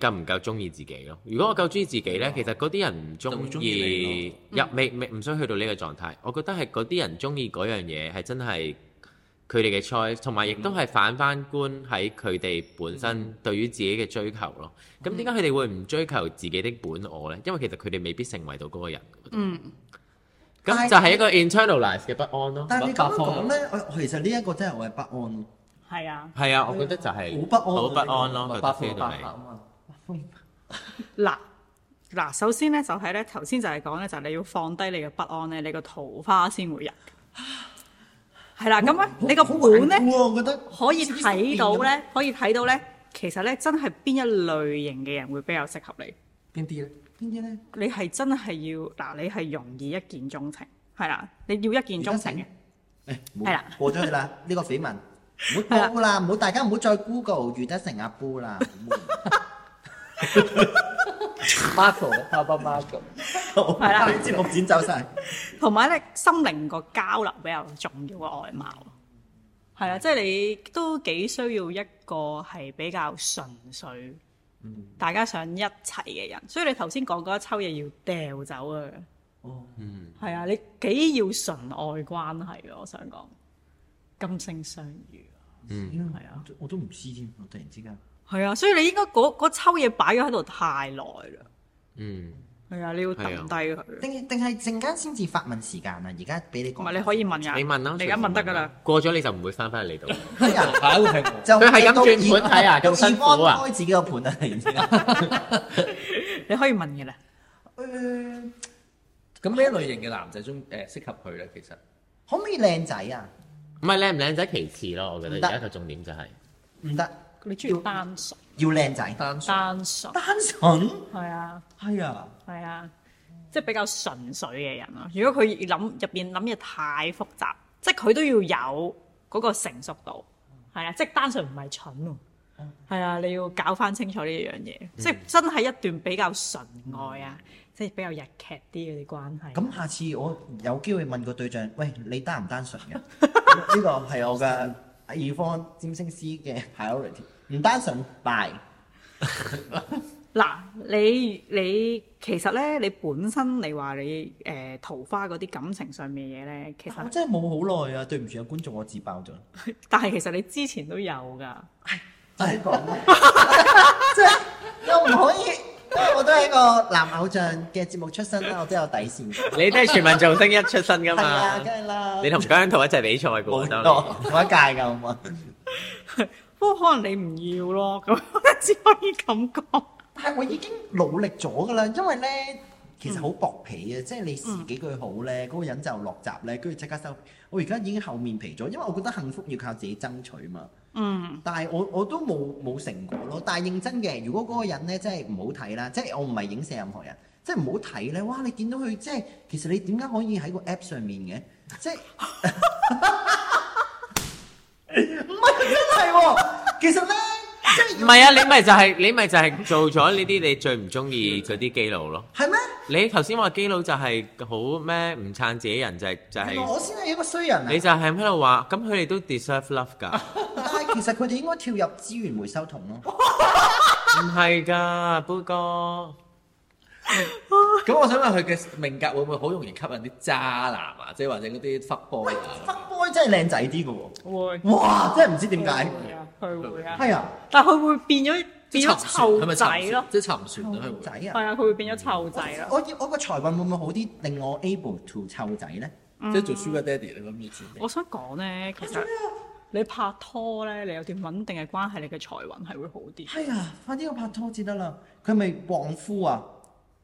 夠唔夠中意自己咯。如果我夠中意自己呢，其實嗰啲人唔
啊就會
中
鍾意
意入未未唔需去到呢個狀態。我覺得係嗰啲人中意嗰樣嘢係真係佢哋嘅 choice，同
嗯
埋亦都係反翻觀喺佢哋本身對於自己嘅追求咯。咁
嗯
點解佢哋會唔追求自己的本我呢？因為其實佢哋未必成為到嗰個人。
嗯，
咁
但係
就係一個 internalize 嘅不安咯。
但係你咁樣講咧，我其實呢一個真係我係不安咯。
係啊，
係啊，我覺得就係
好不安
好不安咯，覺
咪
得
八分
飛
八
到
百啊
嚟。
嘛。
嗱嗱，首先咧就係咧，頭先就係講咧，就係你要放低你嘅不安咧，你個桃花先會入。係啦，咁咧啊你個本咧
好頑固啊我覺得
可以睇到咧，可以睇到咧，其實咧真係邊一類型嘅人會比較適合你。
邊啲咧？
邊啲咧？
你係真係要嗱，你係容易一見鍾情，係啦，你要一見鍾情嘅。係
係
啦，
過咗去啦， 呢個緋聞唔好 Google 啦，唔好大家唔好再 Google 遇得成阿 Boo 啦，
Marco，爸爸 Marco，
係
啦
啲節目剪走晒。
同埋咧心靈個交流比較重要嘅外貌，係啊啦，即係你都幾需要一個係比較純粹，大家想一齊嘅人。所以你頭先講嗰一抽嘢要掉走啊，
哦，
嗯，
係啊，你幾要純愛關係啊嘅，我想講金星相遇，係啊，
嗯我都唔知添，我突然之間。
係啊，所以你應該嗰嗰抽嘢擺咗喺度太耐啦，
嗯，
係啊，你要
係
抌
啊
低佢，
定定係陣間先至發問時間啊！而家俾你講，
同埋你可以問人，
你問啦，
你而家問得㗎啦。，
過咗你就唔會翻返嚟度。
哎呀
下一個係
就
佢係咁轉盤睇啊咁辛苦啊
到 Yvonne 開自己個盤啊！突然之間，
你可以問嘅啦。
誒
我。咁咩類型嘅男仔中誒適合佢咧？其實
可唔可以靚仔啊？
唔係靚唔靚仔其次咯，我覺
唔
得
得
而家個重點就係
唔得，
你中意單純，
要靚仔，
單純
單純
單純
係啊
係啊，
係啊，即係比較純粹嘅人咯。如果佢諗入邊諗嘢太複雜，即係佢都要有嗰個成熟度，係啊，即係單純唔係蠢喎。係啊，你要搞翻清楚呢樣嘢，
嗯
即係真係一段比較純愛啊，即係比較日劇啲嗰啲關係。啊
咁下次我有機會問個對象，喂，你單唔單純 嘅？呢個係我嘅二方占星師嘅 priority，唔單純 bye。
嗱，你你其實咧，你本身你話你誒、呃桃花嗰啲感情上面嘅嘢咧，其
我
實
真係冇好耐啊，對唔住啊，觀眾，我自爆咗。
但係其實你之前都有㗎。
真係講，即係又唔可以，因為我都係一個男偶像嘅節目出身啦，我都有底線嘅。
你都係全民造星一出身噶
係啊，
嘛
梗？係啦。
你同姜涛一齊比賽噶
冇
喎，當年
多冇一屆㗎，好唔啊好？
不過可能你唔要咯，咁 只可以咁講。
但係我已經努力咗㗎啦，因為咧其實好薄皮啊嘅，即係你時幾句好咧，嗰個人就落閘咧，跟住即刻收。我而家已經厚面皮咗，因為我覺得幸福要靠自己爭取嘛。
嗯，
但係我我都冇冇成果咯。但係認真嘅，如果嗰個人咧真係唔好睇啦，即係我唔係影射任何人，即係唔好睇咧。哇！你見到佢即係其實你點解可以喺個 app 上面嘅？即係 唔係真係喎？其實咧，即
唔
係
係啊，你咪就係你咪就係做咗呢啲你最唔中意嗰啲基佬咯。
係咩？
你頭先話基佬就係好咩唔撐自己人就係就
原來
係
我先係一個衰人啊
你！就係喺度話，咁佢哋都 deserve love 㗎，
但係其實佢哋應該跳入資源回收桶咯。
唔係㗎，波哥。
咁我想問佢嘅命格會唔會好容易吸引啲渣男啊？即係或者嗰啲 fuck boy 啊？
fuck boy 真係靚仔啲嘅喎，
會
哇！真係唔知點解，
會啊，佢會啊，
係啊，
但係佢會變咗
即
變
係
咗
沉船係
臭
咪
仔
沉船
咯，
即係沉船啊！佢
臭仔
會
係
啊！
啊，佢會變咗臭仔咯。
我要我個財運會唔會好啲，令我 able to 湊仔咧？
嗯
即係做 sugar daddy 你諗住做
我想講咧，其實你拍拖咧，你有段穩定嘅關係，你嘅財運係會好啲。
係啊，快啲要拍拖至得啦！佢咪旺夫啊，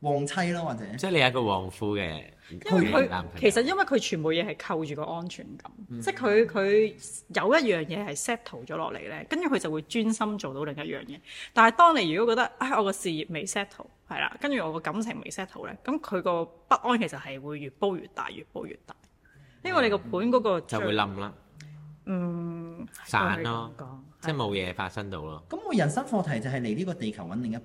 旺妻咯，或者
即係你係一個旺夫嘅，
因為佢
你男朋友嗯
其實因為佢全部嘢係扣住個安全感，即係佢佢有一樣嘢係 settle 咗落嚟咧，跟住佢就會專心做到另一樣嘢。但係當你如果覺得唉、我個事業未 settle 係啦，跟住我個感情未 settle 咧，咁佢個不安其實係會越煲越大，越煲越大。因為你個盤嗰個
就會冧啦，
嗯
散咯，即係
係
冇嘢發生到咯。
咁我人生課題就係嚟呢個地球揾另一半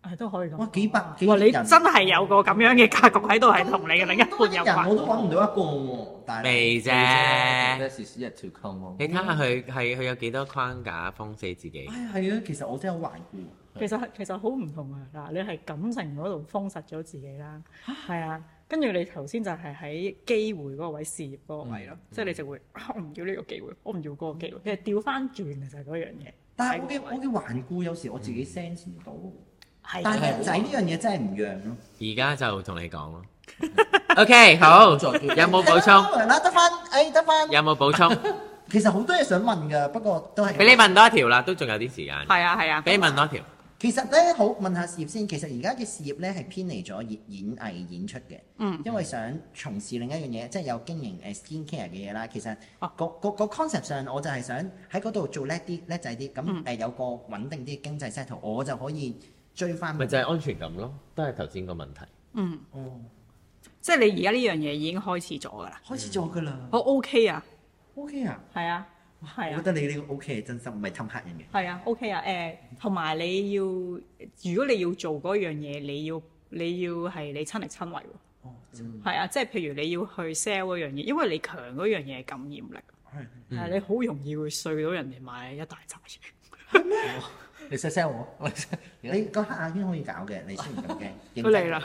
啊！
係都可以咁講。
哇，幾百幾
哇！
億
你
人，
真係有個咁樣嘅格局喺度，係同你嘅另一半
咁多億
有
人我都
關。
揾唔到一個喎，但係
未啫，
This is yet to come 咯
你睇下佢係佢有幾多框架封死自己。
唉係啊，其實我真係好懷疑。
其實其實好唔同啊！嗱，你係感情嗰度封實咗自己啦，係啊，跟住你頭先就係喺機會嗰個位、事業嗰個位咯，即係你就會 啊我唔要呢個機會，我唔要嗰個機會，其實調翻轉其實係嗰樣嘢。
但係我嘅我嘅頑固有時我自己 sense 唔到喎，
係啊
但係仔呢樣嘢真係唔讓咯。
而家就同你講咯。OK，好，有冇補充？
啦，得翻，誒得翻。
有冇補充？
其實好多嘢想問㗎，不過都係
俾你問多一條啦，都仲有啲時間。
係啊係啊，
俾你問多一條。
其實咧，好問下事業先。其實而家嘅事業咧係偏離咗演演藝演出嘅，
嗯
因為想從事另一樣嘢，即係有經營誒 skin care 嘅嘢啦。其實
哦
個個個 concept 上，我就係想喺嗰度做叻啲、叻仔啲，咁誒有個穩定啲嘅經濟 settle，我就可以追翻。
咪就係安全感咯，都係頭先個問題。
嗯，
哦，
即係你而家呢樣嘢已經開始咗㗎啦，
開始做㗎啦
我 OK 啊，
，OK 啊，
係啊，
我
係
覺
啊。
得你呢個 OK 係真心，唔係氹客人嘅。
係啊，OK 啊，誒、同埋你要，如果你要做嗰樣嘢，你要你要係你親力親為喎，
哦，
係啊，即係譬如你要去 sell 嗰樣嘢，因為你強嗰樣嘢係感染力，
係
係
嗯
啊你好容易會碎到人哋買一大扎嘢。
你 sell sell 我，
你個黑眼圈可以搞嘅，你先唔咁驚。認
嗯
佢
真
嚟啦，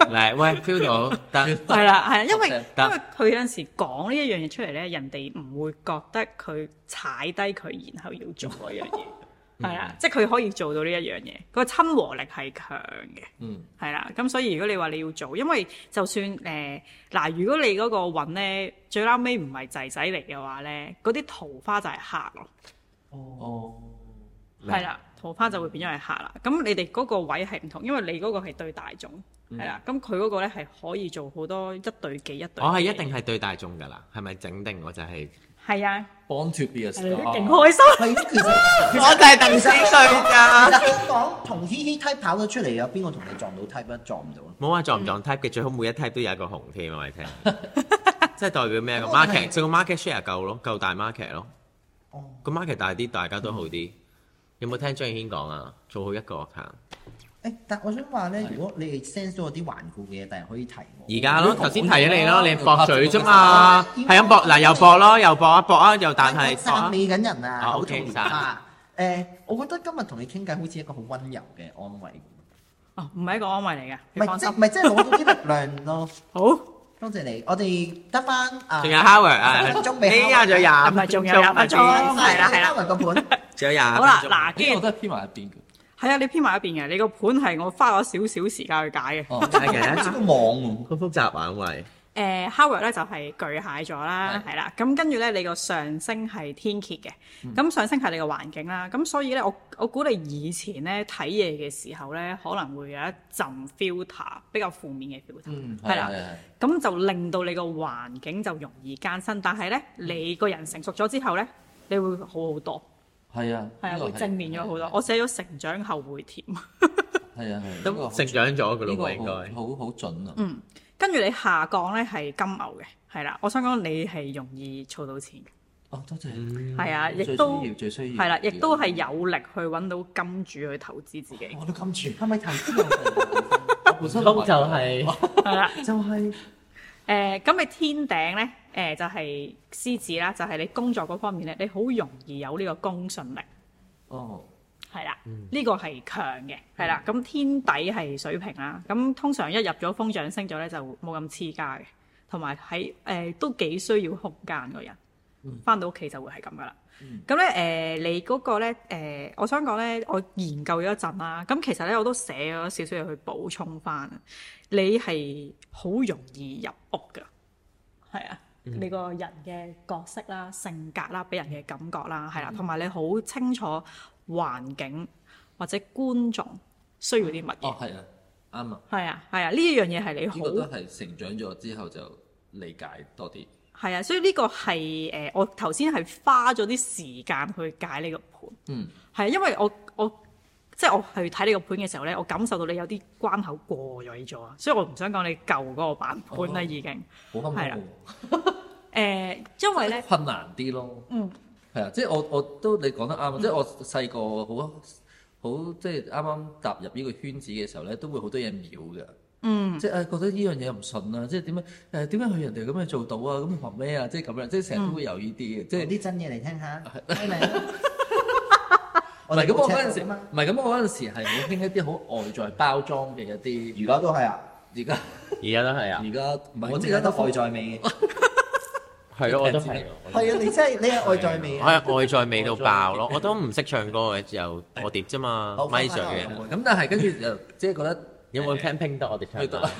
嚟，喂，feel 到得。
係啦，係啊，因為
哦得
因為佢有陣時講呢一樣嘢出嚟咧，人哋唔會覺得佢踩低佢，然後要做嗰樣嘢，
嗯
係啊，即係佢可以做到呢一樣嘢，個親和力係強嘅。
嗯，
係啦，咁所以如果你話你要做，因為就算誒嗱、如果你嗰個運咧最撈尾唔係仔仔嚟嘅話咧，嗰啲桃花就係客咯，
哦，
係啦，桃花就會變咗係客啦。咁你哋嗰個位係唔同，因為你嗰個係對大眾，
嗯
係啦，咁佢嗰個咧係可以做好多一對幾一對。
哦我係一定係對大眾㗎啦，係咪整定我就係？
係啊，
幫 to be a
你都
哦
star，
勁開心，
係其實
我就係鄧思瑞㗎。
香港同嘻嘻 type 跑咗出嚟，有邊個同你撞到 type 啊？撞唔到啊！
冇話撞唔撞 type 嘅，最好每一 type 都有一個紅添，我哋聽。即係代表咩？個
咁我係
market 整個 market share 夠咯，夠大 market 咯。
哦，
個 market 大啲，大家都好啲。有冇聽張敬軒講啊？做好一個 account。
誒，但我想話咧，如果你哋 sense 到有啲頑固嘅嘢，但係可以提我。
而家咯，頭先提咗你咯，
我
你駁嘴啫嘛，係咁駁嗱，又駁咯，又駁啊，駁啊，又但係駁
讚
啊。
美緊人啊，
啊
口
，OK，
à? 吐蓮花。誒，我覺得今日同你傾偈好似一個好温柔嘅安慰。
哦，唔係一個安慰嚟嘅，
唔
你
係
放
即
心。
唔係即係攞到啲力量咯。
好，唔
多謝你，我哋得翻啊，
仲有 Howard 啊，
十分鐘未
呢啊仲有廿五
係仲有
分
廿
鐘
分鐘，係啦係啦，
個盤
仲有廿五
好啦
分鐘
嗱，
因為我
跟住
都係編埋一邊嘅。
係啊，你編埋一邊嘅，你個盤係我花咗少少時間去解嘅。
哦，
係嘅
呢個網
好複雜啊，因為
誒呃 Howard 咧就係巨蟹座啦，
係
係啦，咁跟住咧你個上升係天蠍嘅，
嗯
咁上升係你個環境啦，咁所以咧我我估你以前咧睇嘢嘅時候咧可能會有一陣 filter 比較負面嘅 filter，
嗯，係
係啦
啦，係係
咁就令到你個環境就容易艱辛，但係咧
嗯
你個人成熟咗之後咧，你會好好多，
係啊，
係啊，
呢個
會正面咗好多。
係
我寫咗成長後會甜，
係啊，係
都成長咗噶
呢
咯
個
喎，應該
好好好準啊。
嗯，跟住你下降咧係金牛嘅，係啦，我想講你係容易儲到錢嘅，
哦，多謝。
嗯
係啊，亦
最
都
需。要最需要
係啦，亦
嗯
都係有力去揾到金主去投資自己，
我都咁住，係咪投資 啊？
我本身
通就係
係啦。
就係
誒，咁你天頂咧，誒、就係、獅子啦，就係、你工作嗰方面咧，你好容易有呢個公信力，
哦，
係啦，呢、個係強嘅，係啦。咁天底係水瓶啦，咁通常一入咗風象星座咧，就冇咁黐家嘅，同埋喺誒都幾需要空間個人，
嗯
翻到屋企就會係咁噶啦。咁咧誒，你嗰個咧誒、我想講咧，我研究咗一陣啦。咁其實咧，我都寫咗少少嘢去補充翻。你係好容易入屋㗎，係啊。
嗯
你個人嘅角色啦、性格啦、俾人嘅感覺
嗯
啦，係啦，同埋你好清楚環境或者觀眾需要啲乜嘢
哦，，係啊，啱啊。
係啊，係啊，呢一樣嘢係你
呢個都
好
係成長咗之後就理解多啲。
係啊，所以呢個係誒、呃我頭先係花咗啲時間去解呢個盤。
嗯，
係啊因為我我即係我去睇你個盤嘅時候咧，我感受到你有啲關口過咗咗啊，所以我唔想講你舊嗰個版本啦，
哦
已經
好坎
係啦
坷喎。
誒、因為咧
困難啲咯。
嗯，
係啊，即係我我都你講得啱啊！即係我細個好好即係啱啱踏入呢個圈子嘅時候咧，都會好多嘢秒嘅。嗯，即係誒覺得呢樣嘢唔順啊！即係點樣誒點解佢人哋咁樣做到啊？咁佢憑咩啊？即係咁樣，即係成
嗯
日都會有呢啲嘅，即係
講啲真嘢嚟聽下，係咪
唔係咁，我嗰陣時
啊嘛，
唔係咁，我嗰陣時係好興一啲好外在包裝嘅一啲。
而家都係啊，
而家
而家都係啊，
而家唔係
我淨係得外在美嘅，
係咯，我都係啊。
係啊，你真係你係外在美
我
啊，
係外在美到爆咯，我都唔識唱歌嘅，只有我碟啫嘛
好，
咪嘴
好
嘅。
啊咁，但係跟住就即係覺得。
有冇 p a n ping 得我哋
去
唱
到
啊？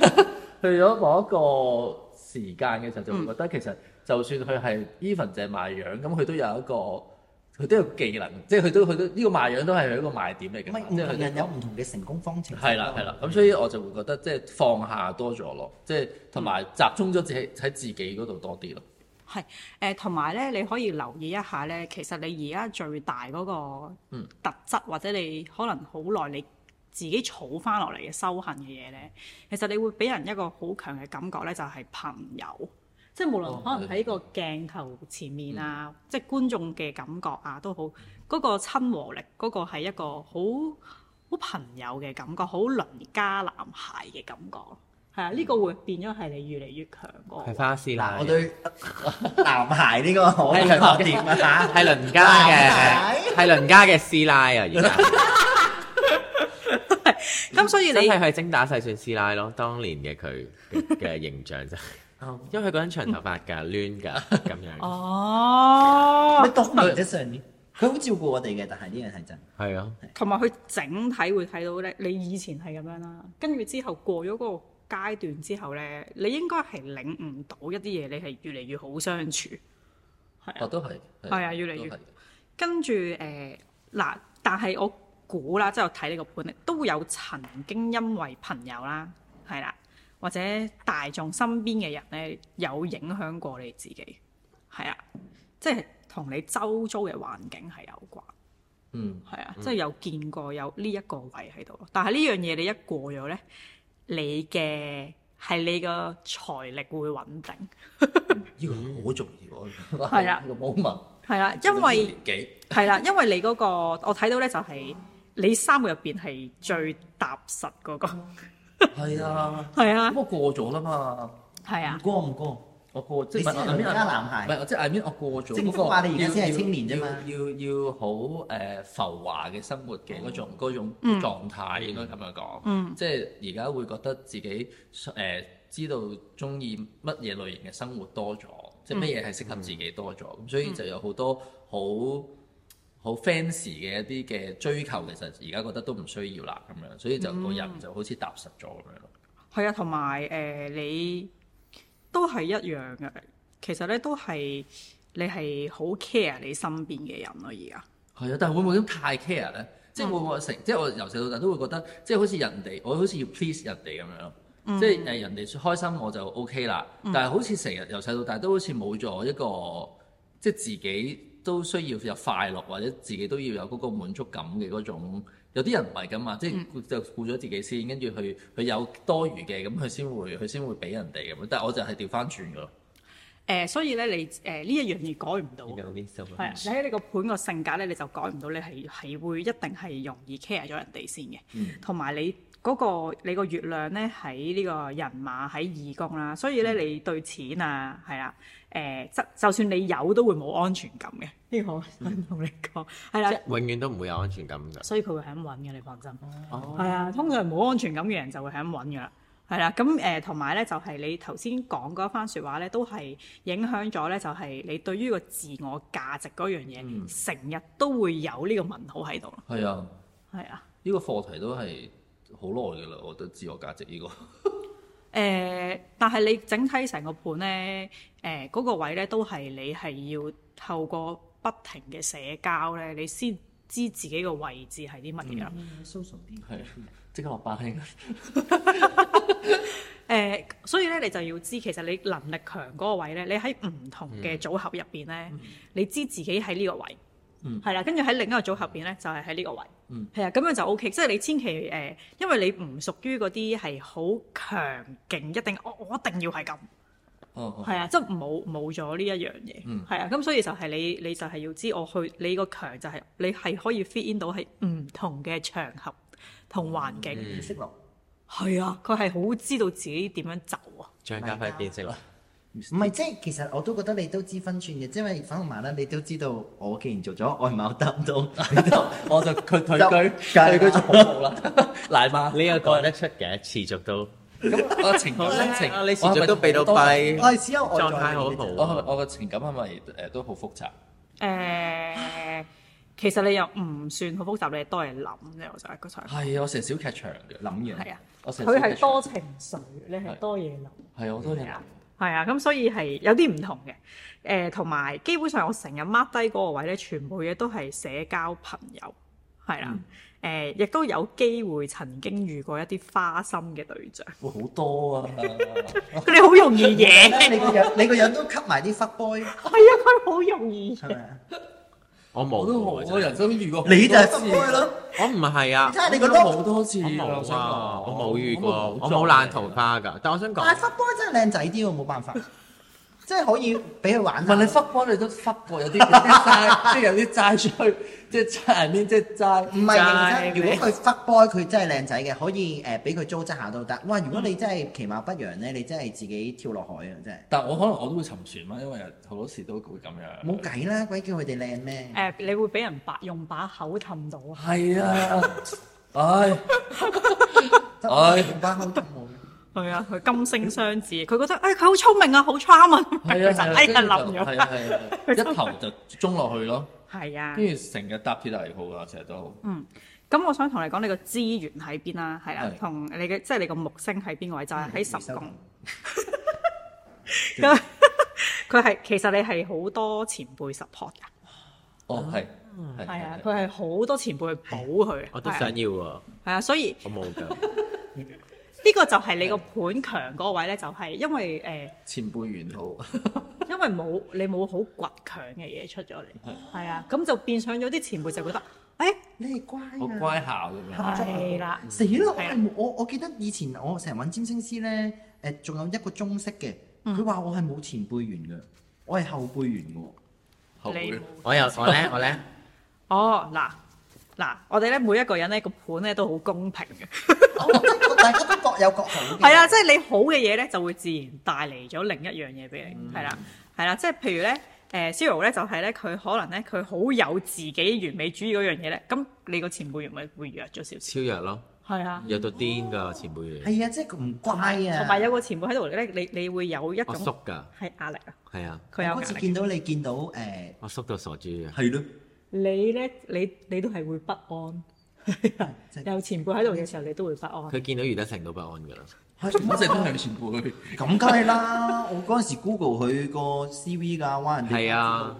去咗某一個時間嘅時
嗯
候，就會覺得其實就算佢係 even 就係賣樣，咁佢都有一個佢都有技能，即係佢都佢都呢個賣樣都係佢一個賣點嚟
唔
嘅
係
嘛，
唔
即係
同
佢
人有唔同嘅成功方程式啊嘛。
係啦係啦，咁所以我就會覺得即係放下多咗咯，即係同埋
嗯
集中咗自己喺自己嗰度多啲咯。
係誒，呃同埋咧你可以留意一下咧，其實你而家最大嗰個
嗯
特質，或者你可能好耐你自己儲翻落嚟嘅修行嘅嘢咧，其實你會俾人一個好強嘅感覺咧，就係朋友。即係無論
哦
可能喺個鏡頭前面啊，即係觀眾嘅感覺啊，都好嗰、個親和力，嗰、個係一個好好朋友嘅感覺，好鄰家男孩嘅感覺，係啊，呢、個會變咗係你越嚟越強嗰個
係花師奶啊
嗱，我，對男孩呢個我係我點啊嚇？
係鄰家嘅，係鄰家嘅師奶啊！而家
咁所以
真
你
係係精打細算師奶咯，當年嘅佢嘅嘅形象就係， 因為佢嗰陣長頭髮㗎，攣㗎咁樣，
哦
咪，當年啫上年，佢好照顧我哋嘅，但係呢樣係真。
係啊，
同埋佢整體會睇到咧，你以前係咁樣啦，跟住之後過咗嗰個階段之後咧，你應該係領悟到一啲嘢，你係越嚟越好相處，係
哦，
啊，
都係
係啊越嚟越
都係
跟住誒嗱，但係我估啦，即係我睇呢個盤咧，都會有曾經因為朋友啦，係啦，或者大眾身邊嘅人咧，有影響過你自己，係啊，即係同你周遭嘅環境係有關。
嗯
係啊，即係有見過有呢一個位喺度咯。但係呢樣嘢你一過咗咧，你嘅係你個財力會穩定，
呢個好重要啊！
係啊
呢個 moment，
係啦，因為
年紀
係啦，因為你嗰、個我睇到咧就係、你三個入邊係最踏實嗰、個，
係啊，
係啊
咁，我過咗啦嘛，
係
唔
啊，
過唔過，
我過即
你
係
先
唔係
係
I
女
mean，
家男
唔係
孩，
我即係 I mean，我過咗
政府
嗰個
話你而
要
家先係
要
青年啫嘛
要要要好誒浮華嘅生活嘅嗰種
嗯
嗰種狀態應該咁樣講。
嗯
即係而家會覺得自己誒、呃知道中意乜嘢類型嘅生活多咗，即係乜嘢係適合自己多咗，咁、所以就有好多好好 fans 嘅一啲嘅追求，其實而家覺得都唔需要啦咁樣，所以就個人就好似踏實咗咁樣咯。
係啊，同埋誒你都係一樣嘅。其實咧都係你係好 care 你身邊嘅人咯，而家。
係啊，但係會唔會咁太 care 咧？即係會唔會成？即係我由細到大都會覺得，即係好似人哋，我好似要 please 人哋咁樣咯。即係誒人哋開心我就 OK 啦，但係好似成日由細到大都好似冇咗一個，即係自己都需要有快樂或者自己都要有嗰個滿足感嘅嗰種。有啲人唔係咁嘛，即係顧就顧咗自己先，跟住佢佢有多餘嘅咁，佢先會佢先會俾人哋咁樣。但係我就係調翻轉噶咯。
誒、呃所以咧你誒呢、一樣嘢改唔到。
有啲收
係啊，你喺你個盤個性格咧，你就改唔到，你係係會一定係容易 care 咗人哋先嘅，同埋、你嗰、個你個月亮咧喺呢個人馬喺義工啦，所以咧你對錢啊係啦，誒、就就算你有都會冇安全感嘅，呢、個我想同你講係啦，
永遠都唔會有安全感㗎。
所以佢會係咁啊揾嘅，你放心。
哦，
係啊，通常冇安全感嘅人就會係咁揾噶啦。係啦，咁誒同埋咧就係、你頭先講嗰一番説話咧，都係影響咗咧，就係你對於個自我價值嗰樣嘢，成日、都會有呢個問號喺度咯。
係啊，
係啊，
呢個課題都係好耐噶啦，我覺得自我價值呢個。
誒、但係你整體成個盤咧，誒、嗰、個位咧都係你係要透過不停嘅社交咧，你先知自己個位置係啲乜嘢啦。
social 啲
係即刻落班興。
誒、所以咧你就要知，其實你能力強嗰個位咧，你喺唔同嘅組合入邊咧，你知自己喺呢個位，
嗯
係啦、跟住喺另一個組合入邊咧，就係喺呢個位，
嗯
係啊、咁樣就 O、k 即係你千祈誒、因為你唔屬於嗰啲係好強勁，一定我哦我一定要係咁，
哦，
係啊，即係冇冇咗呢一樣嘢，
嗯
係啊、咁所以就係你你就係要知，我去你個強就係、你係可以 fit in 到喺唔同嘅場合同環境，
嗯
唔識落。
係啊、佢係好知道自己點樣走啊。
張家輝變色啦，
唔係，即係其實我都覺得你都知分寸嘅，即係因為粉紅麻咧，你都知道我既然做咗外貌擔當，你都
我就佢
就
退居
梗係
退居做保姆啦，奶媽。
你又講得出嘅，持續到
咁我情感
咧
情，
你持
我係
續
咪
都俾到
好多
閉，
我係只有外在
狀態好
嘅啫
好。
我係咪我個情感係咪誒都好複雜？
誒、其實你又唔算好複雜，你多嘢諗啫，我就係覺得。
係啊，我成日小劇場嘅，
諗嘢，
係啊，
我成日
佢
小劇
係
場
多情緒，你係多嘢諗。
係啊我都
係
係
啊係啊，咁所以係有啲唔同嘅。誒、同埋基本上我成日 mark 低嗰個位咧，全部嘢都係社交朋友，係
嗯
啦、誒、亦都有機會曾經遇過一啲花心嘅對象，
會好多 啊！
你好容易 惹，係
你個樣你個樣都吸埋啲 fuck boy
啊，佢好容易惹
係。咪啊？
我冇
我都好，我
喎，
人生遇過好多次，
你就係 fuck boy 咯，
我唔係啊
你睇，下你個
我都好
look，
多次
我
啊，
冇
想
啊，
講
我冇遇過，
冇
我
撞
冇爛桃花㗎。但我想
但係
講，
fuck boy 真係靚仔啲喎，冇辦法，即係可以俾佢玩
唔
下。
係你忽波你都忽過有啲有啲齋，即係有啲齋吹，即係齋面，即係齋。
唔係
齋
認真，如果佢 fuck boy 佢真係靚仔嘅，可以誒俾佢糟質下都得。哇！如果你真係其貌不揚咧，你真係自己跳落海啊！真係
但我可能我都會沉船嘛，因為好多時都會咁樣。
冇計啦，鬼叫佢哋靚咩
誒、？你會俾人白用把口氹到啊！
係啊，唉。
得
唉
把口都冇。
係啊，佢金星雙子，佢覺得誒佢好聰明啊，好 charm 啊，
係
佢
啊，
就
係啊，
哎呀
跟住
冧
就
咗。
係啊係啊，係啊一頭就中落去咯，
係啊，
跟住成日搭鐵泥號啊，成日都
咁我想同你講，你個資源喺邊啦，係啦
係，嗯
同你嘅即係你個木星喺邊個位，就係喺十 宮。咁佢係其實你係好多前輩 support 㗎，
哦係係
係啊，
係
佢係好多前輩去補佢。
我都
係啊
想要喎，
係啊，所以
我冇㗎。
呢個就係你個盤強嗰個位咧，就係因為誒。
前輩元號，
因為冇你冇好倔強嘅嘢出咗嚟，係啊，咁就變相咗啲前輩就覺得，誒、哎
你係乖啊！
好乖巧咁樣，
係啦，
死啦！我
係啊
係冇我我記得以前我成日揾占星師咧，誒仲有一個中式嘅，佢話我係冇前輩緣嘅，我係後輩緣嘅喎。
後
你
輩
冇
我又我咧我咧，
哦嗱，嗱，我哋咧每一個人咧個盤咧都好公平嘅，
大家都各有各好嘅。
係啊，即係你好嘅嘢咧就會自然帶嚟咗另一樣嘢俾你，係啦、係啦，即係譬如咧，誒、Zero 咧就係咧佢可能咧佢好有自己完美主義嗰樣嘢咧，咁你個前半月咪會弱咗少少，
超弱咯，
係啊。
弱到癲㗎前輩嚟，
係啊，即係唔乖啊。
同埋有個前輩喺度咧，你你會有一
我
種
縮㗎，
係壓力啊，
係啊，
佢有
我嗰
壓
次
力。
見到你見到誒，
我縮到傻豬啊！
係咯，
你咧，你你都係會不安。
即係
有前輩喺度嘅時候，你都會不安。
佢見到余德成都不安㗎啦，
係
我成日都向前輩。
咁梗係啦！我嗰陣時 Google 佢個 CV 㗎，哇人哋
係啊。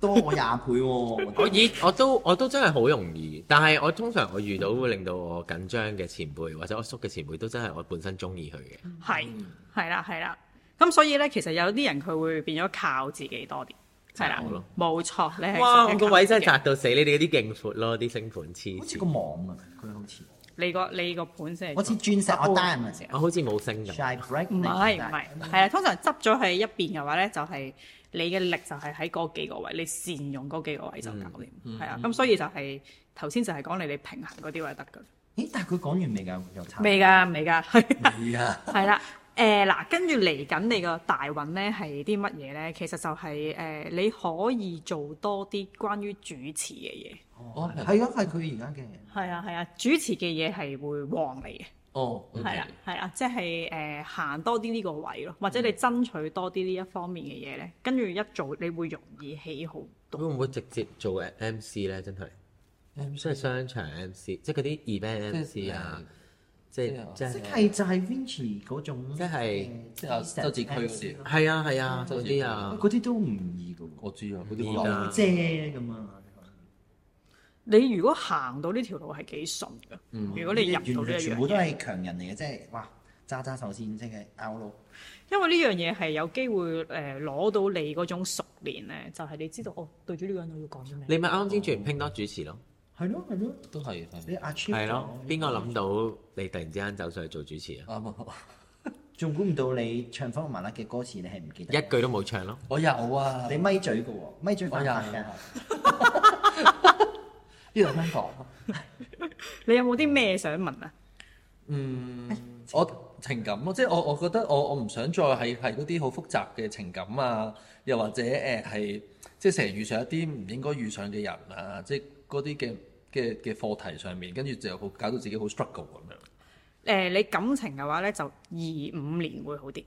多我廿倍喎、
我以我都我都真係好容易，但係我通常我遇到會令到我緊張嘅前輩或者我縮嘅前輩都真係我本身中意佢嘅，
係
嗯
係啦係啦，咁所以咧，其實有啲人佢會變咗靠自己多啲，係啦
就係我咯，
冇錯，你係
哦哇！
屬於靠
我個位真
自
係
己
窄到死，你哋嗰啲勁闊咯，啲星盤黐
好似個
線，
網啊，佢好似
你個你個盤先係
我似鑽石，我 diamond
唔
我好似冇星
Shine
咁，
bright
係唔係，
嗯
係啊，通常執咗喺一邊嘅話咧，就係你嘅力就係喺嗰幾個位，你善用嗰幾個位就搞
嗯
掂，係啊，咁所以就係頭先就係講你哋平衡嗰啲位得㗎，
咦？但係佢講完未㗎？又差
未㗎未㗎，
嗯
係
未啊？
係啦，誒嗱，跟住嚟緊你個大運咧係啲乜嘢咧？其實就係、誒、你可以做多啲關於主持嘅嘢。
哦係
係啊，係佢而家嘅。
係啊係啊，主持嘅嘢係會旺你嘅，
哦，
係啊啦係啦，即係誒行多啲呢個位咯，或者你爭取多啲呢一方面嘅嘢咧，跟住一做你會容易起好
會
多。
唔會直接做 MC 咧？真係，即係商場 MC，即係嗰啲 event à. MC
à,
啊，即係即
即
係
係就係 Vinci 嗰種，
即係
誒
即係阿周志區嗰時
係啊係啊嗰啲啊，
嗰啲都唔易嘅喎，
我知啊，嗰
唔
啲
易
好
㗎
難。
遮咁啊！
你如果行到呢條路係幾順嘅，如果你入到呢一樣
嗯全部都
嘢，
係強人嚟嘅，即係哇揸揸手先，即係 out 路。
因為呢樣嘢係有機會誒攞到你嗰種熟練咧，就係你知道哦對住呢個人我要講啲咩。
你咪啱啱先做完拼多主持咯，
係咯係咯，
都係係
你 achieve
係咯
咗，
邊個諗到你突然之間走上去做主持啊？
啱啊！
仲估唔到你唱方文辣嘅歌詞，你係唔記得？
一句都冇唱咯，
我有啊，
你
你
咪嘴嘅喎，咪嘴犯法㗎。
呢度香港。
你有冇啲咩想問啊？
嗯，我情感咯，即係我我覺得我我唔想再係係嗰啲好複雜嘅情感啊，又或者誒係、即係成日遇上一啲唔應該遇上嘅人啊，即係嗰啲嘅嘅嘅課題上面，跟住就好搞到自己好 struggle 咁樣。
誒、你感情嘅話咧，就二五年會好啲。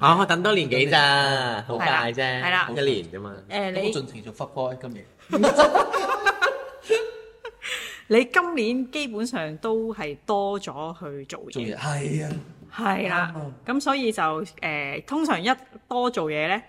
啊我等多年幾咋，好快啫，
係啦
一年啫嘛
誒、，
我
你
盡情做 fuck boy 今年。
你今年基本上都係多咗去做
做
嘢
嘢，係啊，
係啦。咁所以就誒、通常一多做嘢咧，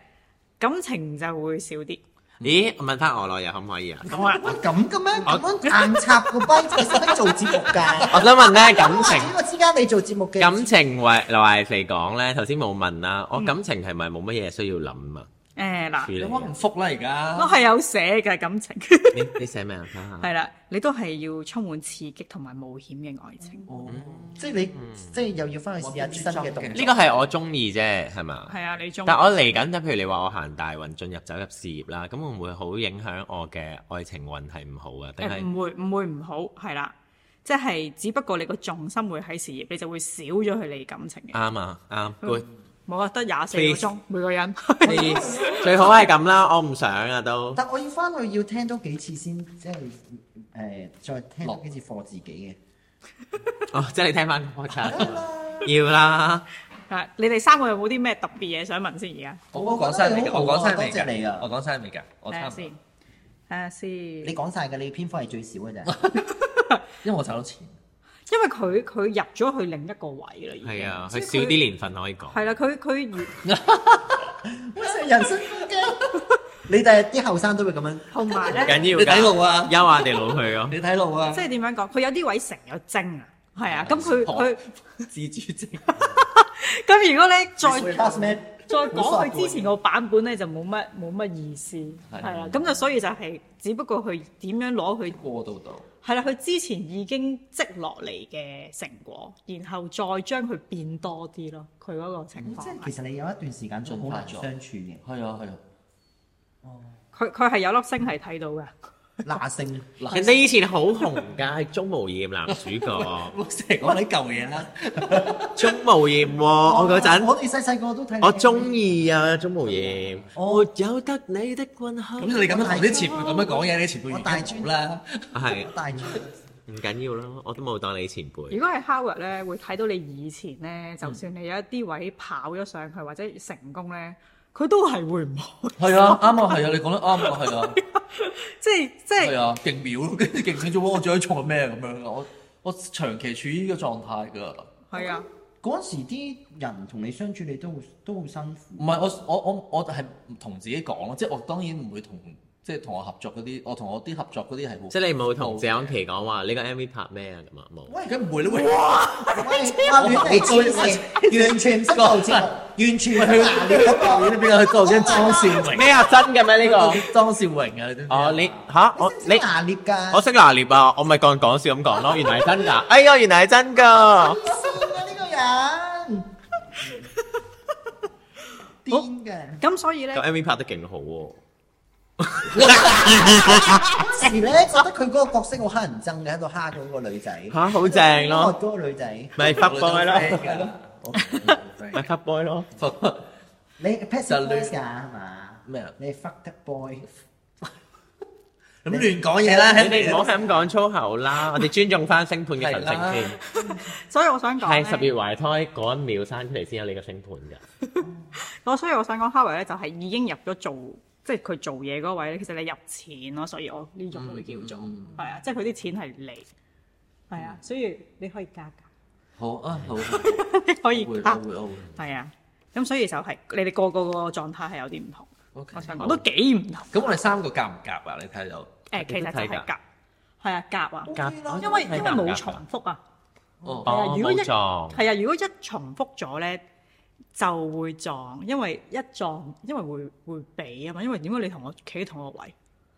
感情就會少啲。
咦？問翻我內又可唔可以啊？
好啊，
哇咁嘅咩？咁樣硬插個跛， 就識得做節目㗎。
我想問咧感
哇
情
啊呢。個之間你做節目嘅
感情為嚟嚟講咧，頭先冇問啦。我感情係咪冇乜嘢需要諗啊？
誒
處
嗱，
理
你
啊
可唔福啦而
我
家。
係有寫嘅感情，
你你寫咩啊？睇下
係啦，你都係要充滿刺激同埋冒險嘅愛情。
哦，即係你
嗯
即係又要翻去試下啲新嘅動作。
呢個係我中意啫，係嘛？
係啊，你中
但我嚟緊，譬如你話我行大運進入走入事業啦，咁會唔會好影響我嘅愛情運係唔好啊？定
誒
係
唔會唔會唔好係啦，即係只不過你個重心會喺事業，你就會少咗去你感情嘅。
啱啊？啱，good，
冇啊，得廿四個
Please
鐘每個人。
Please，最好係咁啦，我唔想啊都。
但我要翻去要聽多幾次先，即係誒再聽多幾次課自己
哦，即係你聽翻個 podcast 要啦。
係，你哋三個有冇啲咩特別嘢想問先？而家
我我講晒未㗎？我講晒未
多謝你
㗎
啊？
我講晒未㗎？我
睇下
差唔
先，
多
睇，下先。
嘅。你講晒㗎，你篇幅係最少嘅咋。
因為我賺到錢。
因為佢佢入咗去另一個位啦，已經
係啊，佢
即係
少啲年份可以講。
係啦，佢佢如
喂成人身攻擊，你第日啲後生都會咁樣。
同埋
緊
咧，
要
你睇
㗎，
路啊！
優雅地老去 咯。
你睇路啊！
即係點樣講？佢有啲位成咗精啊，係啊。咁佢佢
自主症。
咁如果咧再
pass 咩？
再講佢之前個版本咧，就冇乜冇乜意思，係
係
啦。咁就所以就係，只不過佢點樣攞佢
過渡到。
係啦，佢之前已經積落嚟嘅成果，然後再將佢變多啲咯。佢嗰個情況
嗯即
係
係其實你有一段時間都好難相處嘅。
係啊係啊，
佢佢係有粒星係睇到嘅，
嗱性
人哋以前好紅㗎，係鍾無艷男主 角，
我成日講呢舊嘢啦，
鍾無艷喎，我嗰陣。
我哋細細個都睇。
我中意啊，鍾無艷，
哦
沒有得你的吻後，
咁你咁樣同啲前輩咁樣講嘢，你前輩
我
完
大
全冇啦。
係
大專
唔緊要啦，我都冇當你前輩
如。果係 Howard 咧，會睇到你以前咧，就算你有一啲位跑咗上去或者成功咧，佢都係會唔 好，
係啊，啱啊，係啊，你講得啱啊，係啊，
即係即係
係啊，勁秒咯，跟住勁秒咗，我最錯咩咁樣㗎？我我長期處於呢個狀態㗎。
係啊，
嗰陣時啲人同你相處，你都好都好辛
唔
苦。
係我我我我係唔同自己講咯，即係我當然唔會同即係同我合作嗰啲，我同我啲合作嗰啲係好
即係你冇同謝安琪講話呢個 MV 拍咩啊咁啊冇。
喂，
梗唔會啦喂，
喂，阿亂嚟黐線，完全不夠節目，完全
佢
嗱你咁講
你邊個去做緊莊兆榮？
咩啊真嘅咩呢
莊兆榮啊，你知唔知
個？
啊
哦你吓我
你識
你
拿捏㗎。
我識拿捏啊，我咪講講笑咁講咯，原來係真㗎。哎呀，原來係真㗎。
癲啊呢個人，癲嘅。
咁所以咧
個，MV 拍得勁好喎。
時咧覺得佢嗰個角色好乞人憎嘅，喺度蝦嗰個女仔。
嚇好正咯
嗰個女仔，
咪 fuck boy 咯，
係咯，
咪 fuck boy 咯。
你 pet
就
boy
亂
㗎係嘛？
咩啊
你 fuck the boy。
咁亂講嘢啦，
你哋唔好係咁講粗口啦，我哋尊重翻星盤嘅神聖先。
所以我想講
係十
咧
月，懷胎嗰一秒生出嚟先有你個星盤㗎。
我所以我想講 Howard 咧就係已經入咗做，即係佢做嘢嗰位咧，其實你入錢咯，所以我呢種會叫做係啊，即係佢啲錢係你係啊，所以你可以加價，
好啊，好，
你 可以
我會，
加
我會，我會。
係啊，咁所以就係你哋個個個狀態係有啲唔同，
OK，
我想
好
講都幾唔同。
咁我哋三個夾唔夾啊？你睇到？
誒，其實就係
都睇
夾，係啊，夾啊，
夾
咯
因為因
係
為
夾
冇
夾
重複啊，
哦，
係啊
哦，
如果一
冇撞。
係啊，如果一重複咗咧，就會撞，因為一撞，因為會會比啊嘛，因為點解你同我企同一個位，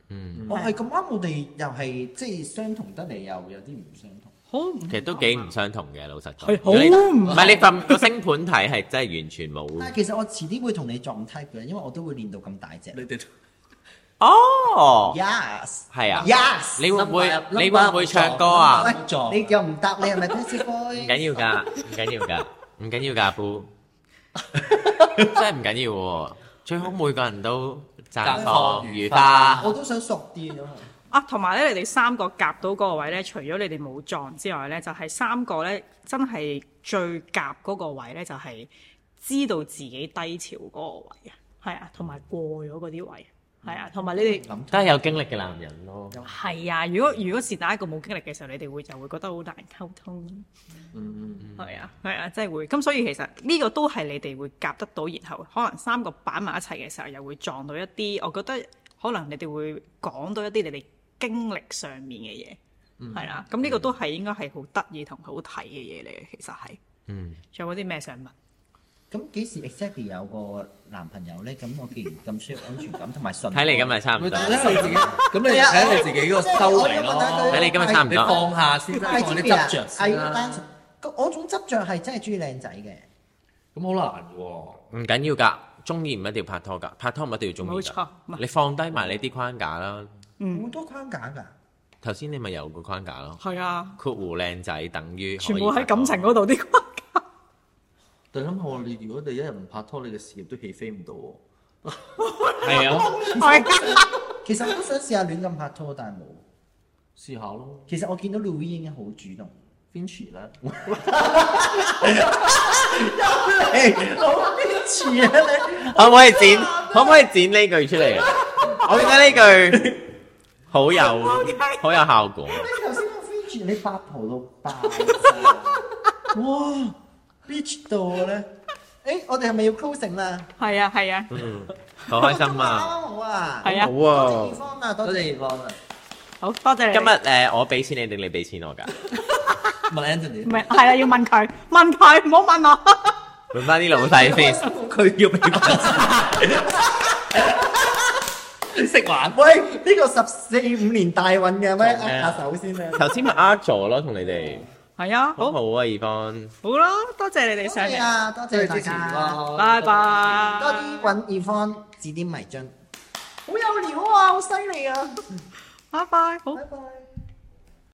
嗯，
我係咁啱，我哋又係即係相同得嚟，又有啲唔相同。
好唔
其實都幾唔相同嘅，老實講。
係好
如果你
唔
唔係你份個星盤睇係真係完全冇
但。係其實我遲啲會同你撞 type 嘅，因為我都會練到咁大隻。
你哋
哦，
Yes，yes。
係啊。你會唔會你會唔會唱歌
啊
啊？
喂，你又唔答，你係咪
唔
pet boy？
緊要㗎，唔緊要㗎，唔緊要㗎，阿 夫。真係唔緊要喎，最好每個人都綻放如花。
我都想熟啲咁啊。
啊？同埋咧，你哋三個夾到嗰個位咧，除咗你哋冇撞之外咧，就係、三個咧真係最夾嗰個位咧，就係、知道自己低潮嗰個位啊，係啊，同埋過咗嗰啲位，係啊，同埋你哋。
都係有經歷嘅男人咯。
係啊，如果如果是但一個冇經歷嘅時候，你哋會就會覺得好難溝通。嗯，係啊，係啊，真係會。咁所以其實呢個都係你哋會夾得到，然後可能三個擺埋一齊嘅時候，又會撞到一啲，我覺得可能你哋會講到一啲你哋經歷上面嘅嘢。係啦、咁呢個都係應該係好得意同好睇嘅嘢嚟嘅，其實係。
嗯，
仲有冇啲咩想問？
咁幾時 exactly 有個男朋友咧？咁我既然咁需要安全感同埋信，
睇嚟今日差唔
咪
多
睇。下你自己，咁你睇你自己嗰個收圍
睇
咯。
你今日差唔
你
多
放下先啦，放啲執着先啦。
係我種執着係真係中意靚仔嘅，
咁好難喎。
唔緊要㗎，中意唔一定要拍拖㗎，拍拖唔一定要中意㗎。
冇錯
你放低埋你啲框架啦。
好多框架㗎。
頭先你咪有個框架咯，
係啊，
括弧靚仔等於可以
全部喺
拍拖
感情嗰度啲框架。
你諗下喎，你如果你一日唔拍拖，你嘅事業都起飛唔到喎。
係啊，
係啊
其實我都想試下亂咁拍拖，但係冇。
試下咯
其實我見到 Louis 已經好主動。
，Vinci 咧，
好矜持啊你！
可唔可以剪？可唔可以剪呢句出嚟啊？我覺得呢句好有好有效果。
你頭先個 f i g 你八婆到爆炸，哇！bitch 到咧！誒，我哋係咪要 closing 啦？
係啊，係啊，
嗯，好開心啊！
好啊！
係
好
啊，
啊
多謝地！方啊，多謝地方啊！
好多謝你。
今日誒，我俾錢你定你俾錢我㗎？
問 Anthony
唔。係，係啦，要問佢，問佢，唔好問我。
問翻啲老細先，
佢要俾你識玩，
喂，呢個十四五年大運嘅，喂，握下手先啦。
頭先咪呃咗咯，同你哋
係啊，
好
好
好啊，二方。
好啦，多謝你哋
多
上
謝
嚟，
啊，多謝大
ờ,
家，
拜拜。
多啲揾 Evan 指點迷津，好有料啊，好犀利啊！
拜拜，好。
拜拜。